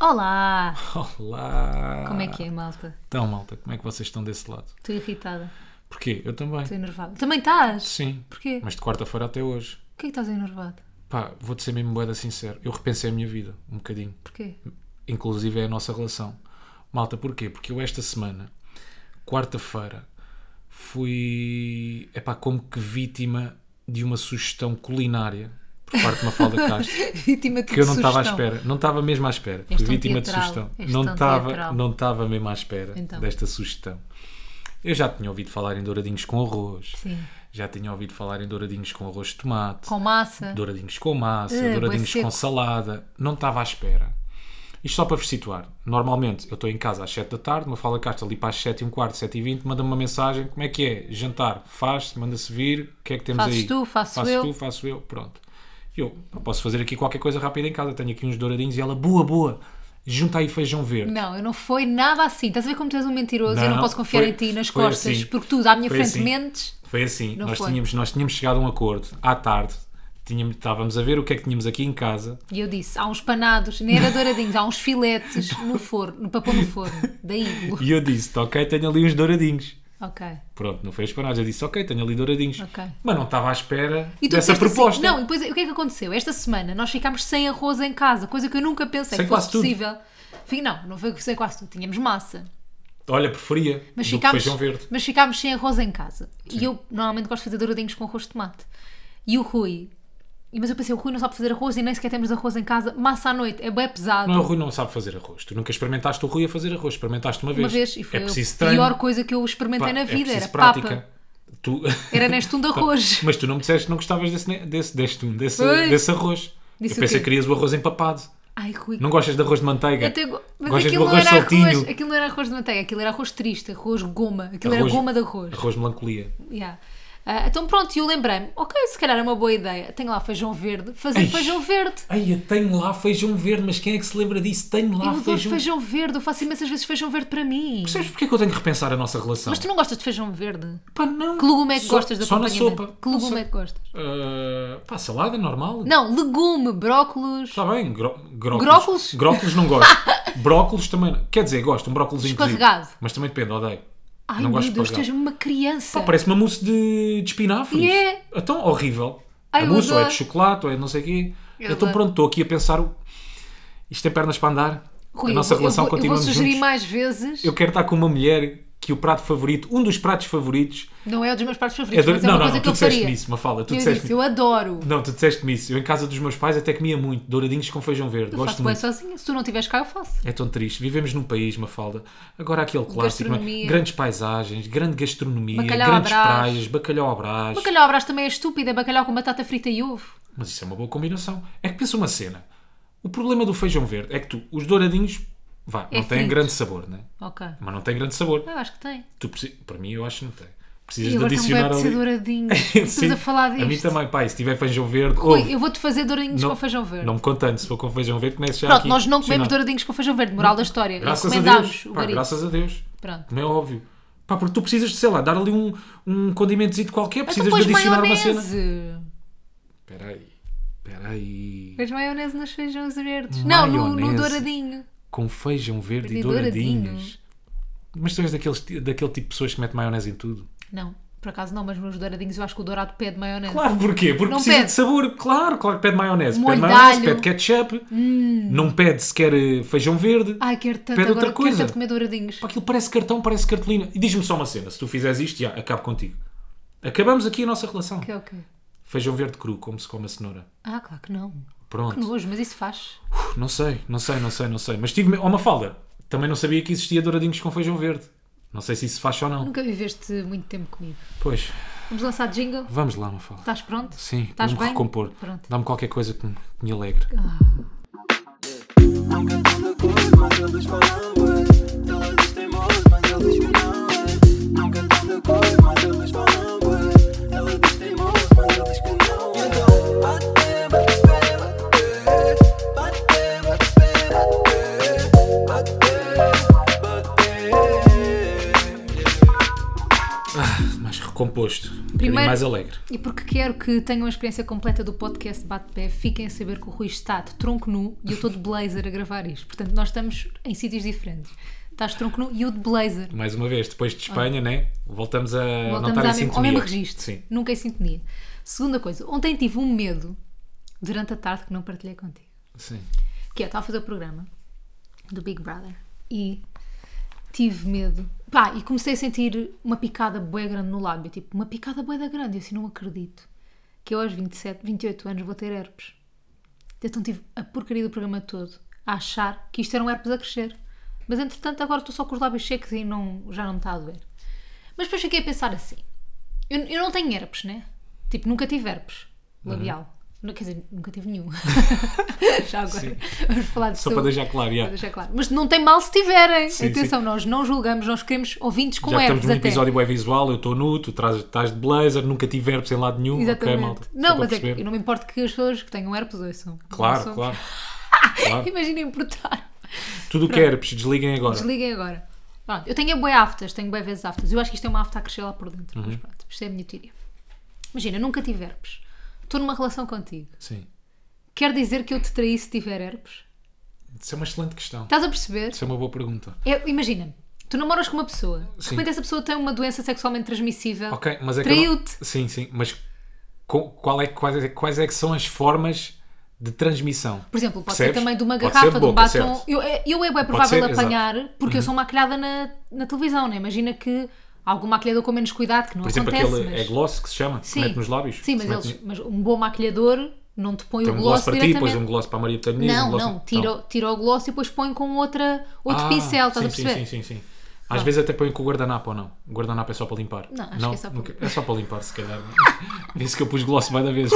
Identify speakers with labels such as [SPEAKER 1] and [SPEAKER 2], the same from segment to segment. [SPEAKER 1] Olá!
[SPEAKER 2] Olá!
[SPEAKER 1] Como é que é, malta?
[SPEAKER 2] Então, malta, como é que vocês estão desse lado?
[SPEAKER 1] Estou irritada,
[SPEAKER 2] Porquê? Eu também.
[SPEAKER 1] estou enervada. Também estás?
[SPEAKER 2] Sim.
[SPEAKER 1] Porquê?
[SPEAKER 2] Mas de quarta-feira até hoje.
[SPEAKER 1] Porquê que estás enervado?
[SPEAKER 2] Pá, vou-te ser mesmo boeda sincero. Eu repensei a minha vida, um bocadinho.
[SPEAKER 1] Porquê?
[SPEAKER 2] Inclusive é a nossa relação. Malta, porquê? Porque eu esta semana, quarta-feira, fui, é pá, como que vítima de uma sugestão culinária por parte de uma falda Castro.
[SPEAKER 1] vítima de
[SPEAKER 2] que eu não estava à
[SPEAKER 1] sugestão.
[SPEAKER 2] espera, não estava mesmo à espera. Fui
[SPEAKER 1] tão
[SPEAKER 2] vítima
[SPEAKER 1] teatral,
[SPEAKER 2] de sugestão.
[SPEAKER 1] és
[SPEAKER 2] Não
[SPEAKER 1] tão
[SPEAKER 2] estava,
[SPEAKER 1] teatral.
[SPEAKER 2] não estava mesmo à espera
[SPEAKER 1] Então.
[SPEAKER 2] desta sugestão. Eu já tinha ouvido falar em douradinhos com arroz.
[SPEAKER 1] Sim.
[SPEAKER 2] Já tinha ouvido falar em douradinhos com arroz de tomate,
[SPEAKER 1] Com massa?
[SPEAKER 2] douradinhos com massa,
[SPEAKER 1] Eh, bué
[SPEAKER 2] douradinhos
[SPEAKER 1] seco.
[SPEAKER 2] com salada. Não estava à espera. Isto só para vos situar. Normalmente eu estou em casa às 7 da tarde, uma fala casta ali para as 7 e um quarto, 7 e 20, manda-me uma mensagem, como é que é? Jantar, faz-se, manda-se vir, o que é que temos
[SPEAKER 1] Fazes
[SPEAKER 2] aí?
[SPEAKER 1] tu, faço
[SPEAKER 2] faço
[SPEAKER 1] eu.
[SPEAKER 2] tu, faço eu, pronto. E Eu "Ah, posso fazer aqui qualquer coisa rápida em casa, tenho aqui uns douradinhos e ela, boa, boa, junta aí feijão verde.
[SPEAKER 1] Não, eu não foi nada assim. Estás a ver como tu és um mentiroso? eu não
[SPEAKER 2] Não,
[SPEAKER 1] posso confiar
[SPEAKER 2] foi-
[SPEAKER 1] em ti nas
[SPEAKER 2] foi
[SPEAKER 1] costas,
[SPEAKER 2] assim.
[SPEAKER 1] porque tu à minha
[SPEAKER 2] Foi
[SPEAKER 1] frente
[SPEAKER 2] assim.
[SPEAKER 1] mentes.
[SPEAKER 2] Foi assim,
[SPEAKER 1] Não
[SPEAKER 2] nós
[SPEAKER 1] foi.
[SPEAKER 2] tínhamos, nós tínhamos chegado a um acordo, à tarde, tínhamos, estávamos a ver o que é que tínhamos aqui em casa,
[SPEAKER 1] E eu disse: há uns panados, nem era douradinhos, há uns filetes no forno, para pôr no forno, da Iglo.
[SPEAKER 2] e eu disse, ok, tenho ali uns douradinhos.
[SPEAKER 1] Ok.
[SPEAKER 2] Pronto, não foi as panadas, eu disse, ok, tenho ali douradinhos.
[SPEAKER 1] Ok.
[SPEAKER 2] Mas não estava à espera
[SPEAKER 1] E tu
[SPEAKER 2] dessa
[SPEAKER 1] disseste assim-
[SPEAKER 2] proposta.
[SPEAKER 1] não, e depois o que é que aconteceu? Esta semana nós ficámos sem arroz em casa, coisa que eu nunca pensei
[SPEAKER 2] Sem
[SPEAKER 1] que fosse
[SPEAKER 2] quase tudo.
[SPEAKER 1] possível. Enfim, não, não foi que sei quase tudo. Tínhamos massa.
[SPEAKER 2] Olha, preferia
[SPEAKER 1] Mas
[SPEAKER 2] do que
[SPEAKER 1] ficámos,
[SPEAKER 2] feijão verde.
[SPEAKER 1] mas ficámos sem arroz em casa. E eu normalmente gosto de fazer douradinhos com arroz de tomate. E o Rui. e- Mas eu pensei, o Rui não sabe fazer arroz e nem sequer temos arroz em casa. Massa à noite, é bem pesado.
[SPEAKER 2] Não, o Rui não sabe fazer arroz. Tu nunca experimentaste o Rui a fazer arroz. Experimentaste uma vez.
[SPEAKER 1] Uma vez, e foi
[SPEAKER 2] é preciso
[SPEAKER 1] a
[SPEAKER 2] treino.
[SPEAKER 1] pior coisa que eu experimentei
[SPEAKER 2] Pá,
[SPEAKER 1] na vida.
[SPEAKER 2] é
[SPEAKER 1] era
[SPEAKER 2] preciso
[SPEAKER 1] papa.
[SPEAKER 2] prática. Tu...
[SPEAKER 1] Era neste um de arroz.
[SPEAKER 2] Mas tu não me disseste que não gostavas desse, ne- desse, deste um, desse,
[SPEAKER 1] Pois.
[SPEAKER 2] desse arroz.
[SPEAKER 1] Disse o
[SPEAKER 2] Eu pensei
[SPEAKER 1] quê?
[SPEAKER 2] que querias o arroz empapado.
[SPEAKER 1] Ai, Rui.
[SPEAKER 2] Não gostas de arroz de manteiga?
[SPEAKER 1] até go- Mas
[SPEAKER 2] É. Gostas
[SPEAKER 1] aquilo
[SPEAKER 2] do
[SPEAKER 1] não,
[SPEAKER 2] arroz
[SPEAKER 1] era
[SPEAKER 2] saltinho?
[SPEAKER 1] arroz, aquilo não era arroz de manteiga, aquilo era arroz triste, arroz goma, aquilo era goma de arroz.
[SPEAKER 2] Arroz de melancolia.
[SPEAKER 1] Yeah. Ah, então pronto, e eu lembrei-me, ok, se calhar é uma boa ideia. Tenho lá feijão verde, fazer
[SPEAKER 2] Ei.
[SPEAKER 1] feijão verde.
[SPEAKER 2] Ai, eu tenho lá feijão verde, mas quem é que se lembra disso? Tenho
[SPEAKER 1] Eu
[SPEAKER 2] lá
[SPEAKER 1] adoro feijão...
[SPEAKER 2] Ah, feijão...
[SPEAKER 1] verde, eu faço imensas vezes feijão verde para mim.
[SPEAKER 2] Sabes porquê que eu tenho que repensar a nossa relação?
[SPEAKER 1] Mas tu não gostas de feijão verde?
[SPEAKER 2] Pá, não.
[SPEAKER 1] Que legume é que
[SPEAKER 2] Só-
[SPEAKER 1] gostas de
[SPEAKER 2] Só na
[SPEAKER 1] acompanhamento?
[SPEAKER 2] sopa.
[SPEAKER 1] Que legume é
[SPEAKER 2] Só-
[SPEAKER 1] que gostas?
[SPEAKER 2] Ah, pá, salada normal.
[SPEAKER 1] Não, legume, brócolos,
[SPEAKER 2] Está bem, gro grócolis.
[SPEAKER 1] Grócolis?
[SPEAKER 2] Grócolis não gosto. brócolis também não. Quer dizer, gosto, um brócolis
[SPEAKER 1] Esparregado.
[SPEAKER 2] Mas também depende, odeio.
[SPEAKER 1] Ai
[SPEAKER 2] não
[SPEAKER 1] meu
[SPEAKER 2] gosto de
[SPEAKER 1] Deus, tu és
[SPEAKER 2] esparregado.
[SPEAKER 1] uma criança.
[SPEAKER 2] Pá, parece uma mousse de, de espinafres.
[SPEAKER 1] E é.
[SPEAKER 2] Então, horrível.
[SPEAKER 1] Ai,
[SPEAKER 2] a
[SPEAKER 1] eu
[SPEAKER 2] mousse ou é
[SPEAKER 1] adoro.
[SPEAKER 2] de chocolate ou é de não sei o quê.
[SPEAKER 1] Eu
[SPEAKER 2] então
[SPEAKER 1] adoro.
[SPEAKER 2] pronto, estou aqui a pensar. o- Isto tem pernas para andar.
[SPEAKER 1] Rui,
[SPEAKER 2] a nossa
[SPEAKER 1] eu vou-
[SPEAKER 2] relação
[SPEAKER 1] eu vou, eu vou
[SPEAKER 2] continuamos
[SPEAKER 1] sugerir
[SPEAKER 2] juntos.
[SPEAKER 1] mais vezes.
[SPEAKER 2] Eu quero estar com uma mulher que o prato favorito, um dos pratos favoritos...
[SPEAKER 1] Não é um dos meus pratos
[SPEAKER 2] É
[SPEAKER 1] favoritos,
[SPEAKER 2] do...
[SPEAKER 1] mas é
[SPEAKER 2] Não,
[SPEAKER 1] uma
[SPEAKER 2] não,
[SPEAKER 1] coisa
[SPEAKER 2] não,
[SPEAKER 1] que
[SPEAKER 2] tu
[SPEAKER 1] eu faria.
[SPEAKER 2] disseste-me isso, Mafalda. Tu
[SPEAKER 1] eu
[SPEAKER 2] disseste
[SPEAKER 1] disse, eu adoro.
[SPEAKER 2] Não, tu disseste-me isso. Eu em casa dos meus pais até comia muito. Douradinhos com feijão verde.
[SPEAKER 1] Eu faço
[SPEAKER 2] Gosto
[SPEAKER 1] bem
[SPEAKER 2] muito.
[SPEAKER 1] sozinha. Se tu não estiveres cá, eu faço.
[SPEAKER 2] É tão triste. Vivemos num país, Mafalda. Agora há aquele clássico, não é?
[SPEAKER 1] Gastronomia.
[SPEAKER 2] grandes paisagens, grande gastronomia,
[SPEAKER 1] Bacalhau à
[SPEAKER 2] grandes
[SPEAKER 1] Brás.
[SPEAKER 2] praias, bacalhau à brás.
[SPEAKER 1] Bacalhau à Brás também é estúpido, é bacalhau com batata frita e ovo.
[SPEAKER 2] Mas isso é uma boa combinação. É que pensa uma cena. O problema do feijão verde é que tu, os douradinhos, vá, não têm
[SPEAKER 1] É frito.
[SPEAKER 2] grande sabor, né?
[SPEAKER 1] Ok.
[SPEAKER 2] Mas não tem grande sabor.
[SPEAKER 1] Eu acho que tem.
[SPEAKER 2] Tu preci- Para mim, eu acho que não tem.
[SPEAKER 1] E
[SPEAKER 2] Precisas de
[SPEAKER 1] agora estão bem
[SPEAKER 2] adicionar
[SPEAKER 1] apetecido
[SPEAKER 2] ali.
[SPEAKER 1] douradinhos. Estamos
[SPEAKER 2] Sim.
[SPEAKER 1] a falar disto.
[SPEAKER 2] A mim também, pai. Se tiver feijão verde,
[SPEAKER 1] Rui,
[SPEAKER 2] ouve.
[SPEAKER 1] eu vou-te fazer douradinhos
[SPEAKER 2] Não-
[SPEAKER 1] com feijão verde.
[SPEAKER 2] Não me contando, se for com feijão verde, começa já
[SPEAKER 1] Pronto,
[SPEAKER 2] aqui.
[SPEAKER 1] nós não comemos
[SPEAKER 2] Sim,
[SPEAKER 1] douradinhos com feijão verde, moral da história.
[SPEAKER 2] Graças a
[SPEAKER 1] Recomendámos
[SPEAKER 2] Deus.
[SPEAKER 1] o
[SPEAKER 2] Pá,
[SPEAKER 1] barito.
[SPEAKER 2] graças a Deus.
[SPEAKER 1] Pronto.
[SPEAKER 2] Como é óbvio. Pá, porque tu precisas, de, sei lá, dar ali um, um condimentozito qualquer,
[SPEAKER 1] Então
[SPEAKER 2] precisas de
[SPEAKER 1] pões
[SPEAKER 2] adicionar uma cena.
[SPEAKER 1] maionese.
[SPEAKER 2] Espera aí. Espera aí.
[SPEAKER 1] Pões maionese nos feijões verdes. Não, no, no
[SPEAKER 2] Maionese.
[SPEAKER 1] douradinho.
[SPEAKER 2] Com feijão verde
[SPEAKER 1] E
[SPEAKER 2] e
[SPEAKER 1] douradinho.
[SPEAKER 2] douradinhos. Mas tu és daqueles, ti- daquele tipo de pessoas que mete maionese em tudo?
[SPEAKER 1] Não, por acaso não, mas nos douradinhos eu acho que o dourado pede maionese.
[SPEAKER 2] Claro, porquê? Porque
[SPEAKER 1] Não
[SPEAKER 2] precisa
[SPEAKER 1] pede. Um
[SPEAKER 2] de sabor. Claro, claro que pede maionese.
[SPEAKER 1] Molho
[SPEAKER 2] Pede
[SPEAKER 1] de
[SPEAKER 2] maionese,
[SPEAKER 1] alho. Hum.
[SPEAKER 2] pede ketchup. Não pede sequer eh, feijão verde.
[SPEAKER 1] Ai, quero tanto
[SPEAKER 2] Pede
[SPEAKER 1] agora,
[SPEAKER 2] outra
[SPEAKER 1] quero
[SPEAKER 2] coisa.
[SPEAKER 1] tanto comer douradinhos.
[SPEAKER 2] Pá, aquilo parece cartão, parece cartolina. E diz-me só uma cena. Se tu fizeres isto, já, acabo contigo. Acabamos aqui a nossa relação.
[SPEAKER 1] Que é o quê?
[SPEAKER 2] Feijão verde cru, como se come a cenoura.
[SPEAKER 1] Ah, claro que não. Que
[SPEAKER 2] Pronto.
[SPEAKER 1] nojo, mas isso faz.
[SPEAKER 2] Uf, não sei, não sei, não sei, não sei. Mas tive. Oh, Mafalda, também não sabia que existia douradinhos com feijão verde. Não sei se isso faz ou não.
[SPEAKER 1] Nunca viveste muito tempo comigo.
[SPEAKER 2] Pois,
[SPEAKER 1] Vamos lançar jingle?
[SPEAKER 2] vamos lá, Mafalda.
[SPEAKER 1] Estás pronto?
[SPEAKER 2] Sim, para
[SPEAKER 1] Estás
[SPEAKER 2] me
[SPEAKER 1] bem?
[SPEAKER 2] recompor. um
[SPEAKER 1] Pronto. Ah.
[SPEAKER 2] Dá-me qualquer coisa que me, que me alegre.
[SPEAKER 3] Nunca tão de acordo, mas eles falam, ué. Ela diz teimoso, mas ele diz que não, é. Nunca tão de acordo, mas eles falam, ué. Ela diz teimoso, mas ele diz que não, é. Então, bate, bate, bate, bate. Bate, bate, bate, bate. Bate, bate.
[SPEAKER 2] Mas recompor oposto. Um bocadinho
[SPEAKER 1] Primeiro-
[SPEAKER 2] mais alegre.
[SPEAKER 1] E porque quero que tenham a experiência completa do podcast Bate-Pé, fiquem a saber que o Rui está de tronco nu e eu estou de blazer a gravar isto. Portanto, nós estamos em sítios diferentes. Estás de tronco nu e eu de blazer.
[SPEAKER 2] Mais uma vez, depois de Espanha, né? Voltamos a não
[SPEAKER 1] Ah. Voltamos
[SPEAKER 2] estar em
[SPEAKER 1] à mesmo-
[SPEAKER 2] sintonia.
[SPEAKER 1] ao mesmo registro.
[SPEAKER 2] Sim.
[SPEAKER 1] Nunca em sintonia. Segunda coisa, ontem tive um medo durante a tarde que não partilhei contigo.
[SPEAKER 2] Sim.
[SPEAKER 1] Que é, estava a fazer o programa do Big Brother e tive medo. Pá, e comecei a sentir uma picada bué grande no lábio, tipo, uma picada bué da grande, eu assim, não acredito que eu aos 27, 28 anos vou ter herpes. Então tive a porcaria do programa todo a achar que isto era um herpes a crescer. Mas entretanto agora estou só com os lábios secos e não, já não me está a doer. Mas depois fiquei a pensar assim, eu, eu não tenho herpes, né? Tipo, nunca tive herpes labial.
[SPEAKER 2] Uhum.
[SPEAKER 1] Nu- Quer dizer, nunca tive nenhum. já agora, vamos falar de
[SPEAKER 2] Só para
[SPEAKER 1] saúde.
[SPEAKER 2] deixar claro, já.
[SPEAKER 1] Para deixar claro. Mas não tem mal se tiverem.
[SPEAKER 2] Sim,
[SPEAKER 1] Atenção, nós não julgamos, nós queremos ouvintes com
[SPEAKER 2] Já que estamos
[SPEAKER 1] herpes
[SPEAKER 2] num
[SPEAKER 1] até.
[SPEAKER 2] episódio web visual, eu estou nu, tu traz- estás de blazer, nunca tive herpes em lado nenhum.
[SPEAKER 1] Exatamente.
[SPEAKER 2] Ok, malta. Só
[SPEAKER 1] não,
[SPEAKER 2] para
[SPEAKER 1] mas é que
[SPEAKER 2] perceber.
[SPEAKER 1] eu não me importo que as pessoas que tenham herpes ouçam.
[SPEAKER 2] Claro,
[SPEAKER 1] Ouçam.
[SPEAKER 2] claro. claro.
[SPEAKER 1] Imaginem importar.
[SPEAKER 2] Tudo o que é herpes, desliguem agora.
[SPEAKER 1] Desliguem agora. Pronto, eu tenho a boi aftas, tenho bem vezes aftas. Eu acho que isto é uma afta a crescer lá por dentro.
[SPEAKER 2] Uhum.
[SPEAKER 1] Mas pronto, isto é a minha teoria. Imagina, nunca tive herpes. Estou numa relação contigo.
[SPEAKER 2] Sim.
[SPEAKER 1] Quer dizer que eu te traí se tiver herpes?
[SPEAKER 2] Isso é uma excelente questão.
[SPEAKER 1] Estás a perceber?
[SPEAKER 2] Isso é uma boa pergunta.
[SPEAKER 1] É, Imagina, tu namoras com uma pessoa. De
[SPEAKER 2] Sim.
[SPEAKER 1] repente essa pessoa tem uma doença sexualmente transmissível.
[SPEAKER 2] Ok, mas é que. eu não-
[SPEAKER 1] Traiu-te.
[SPEAKER 2] Sim, sim. Mas co- qual é, quais, é, quais é que são as formas de transmissão?
[SPEAKER 1] Por exemplo, pode
[SPEAKER 2] Percebes?
[SPEAKER 1] ser também de uma
[SPEAKER 2] Pode
[SPEAKER 1] garrafa,
[SPEAKER 2] ser
[SPEAKER 1] de um
[SPEAKER 2] boca,
[SPEAKER 1] batom.
[SPEAKER 2] certo.
[SPEAKER 1] Eu, eu é bem provável
[SPEAKER 2] ser, Uhum.
[SPEAKER 1] apanhar, porque eu sou maquilhada na, na televisão, né? Imagina que algum maquilhador com menos cuidado, que não
[SPEAKER 2] Por exemplo,
[SPEAKER 1] acontece.
[SPEAKER 2] aquele
[SPEAKER 1] mas...
[SPEAKER 2] é gloss que se chama, que se
[SPEAKER 1] Sim.
[SPEAKER 2] mete nos lábios.
[SPEAKER 1] Sim, mas,
[SPEAKER 2] Se mete
[SPEAKER 1] eles,
[SPEAKER 2] no-
[SPEAKER 1] mas um bom maquilhador não te põe
[SPEAKER 2] Tem
[SPEAKER 1] o
[SPEAKER 2] um
[SPEAKER 1] gloss
[SPEAKER 2] gloss para ti,
[SPEAKER 1] diretamente.
[SPEAKER 2] depois um gloss para a Maria Betaniz.
[SPEAKER 1] Não,
[SPEAKER 2] um gloss...
[SPEAKER 1] não, tira, o- tira o gloss e depois põe com outra, outro
[SPEAKER 2] Ah,
[SPEAKER 1] pincel, estás
[SPEAKER 2] sim,
[SPEAKER 1] a perceber?
[SPEAKER 2] Sim, sim, sim. sim. Às vezes até põem com o guardanapo ou não. O guardanapo é só para limpar.
[SPEAKER 1] Não, acho que é só para
[SPEAKER 2] nunca-
[SPEAKER 1] limpar.
[SPEAKER 2] É só para limpar, se calhar. Vê-se que eu pus gloss mais da vez.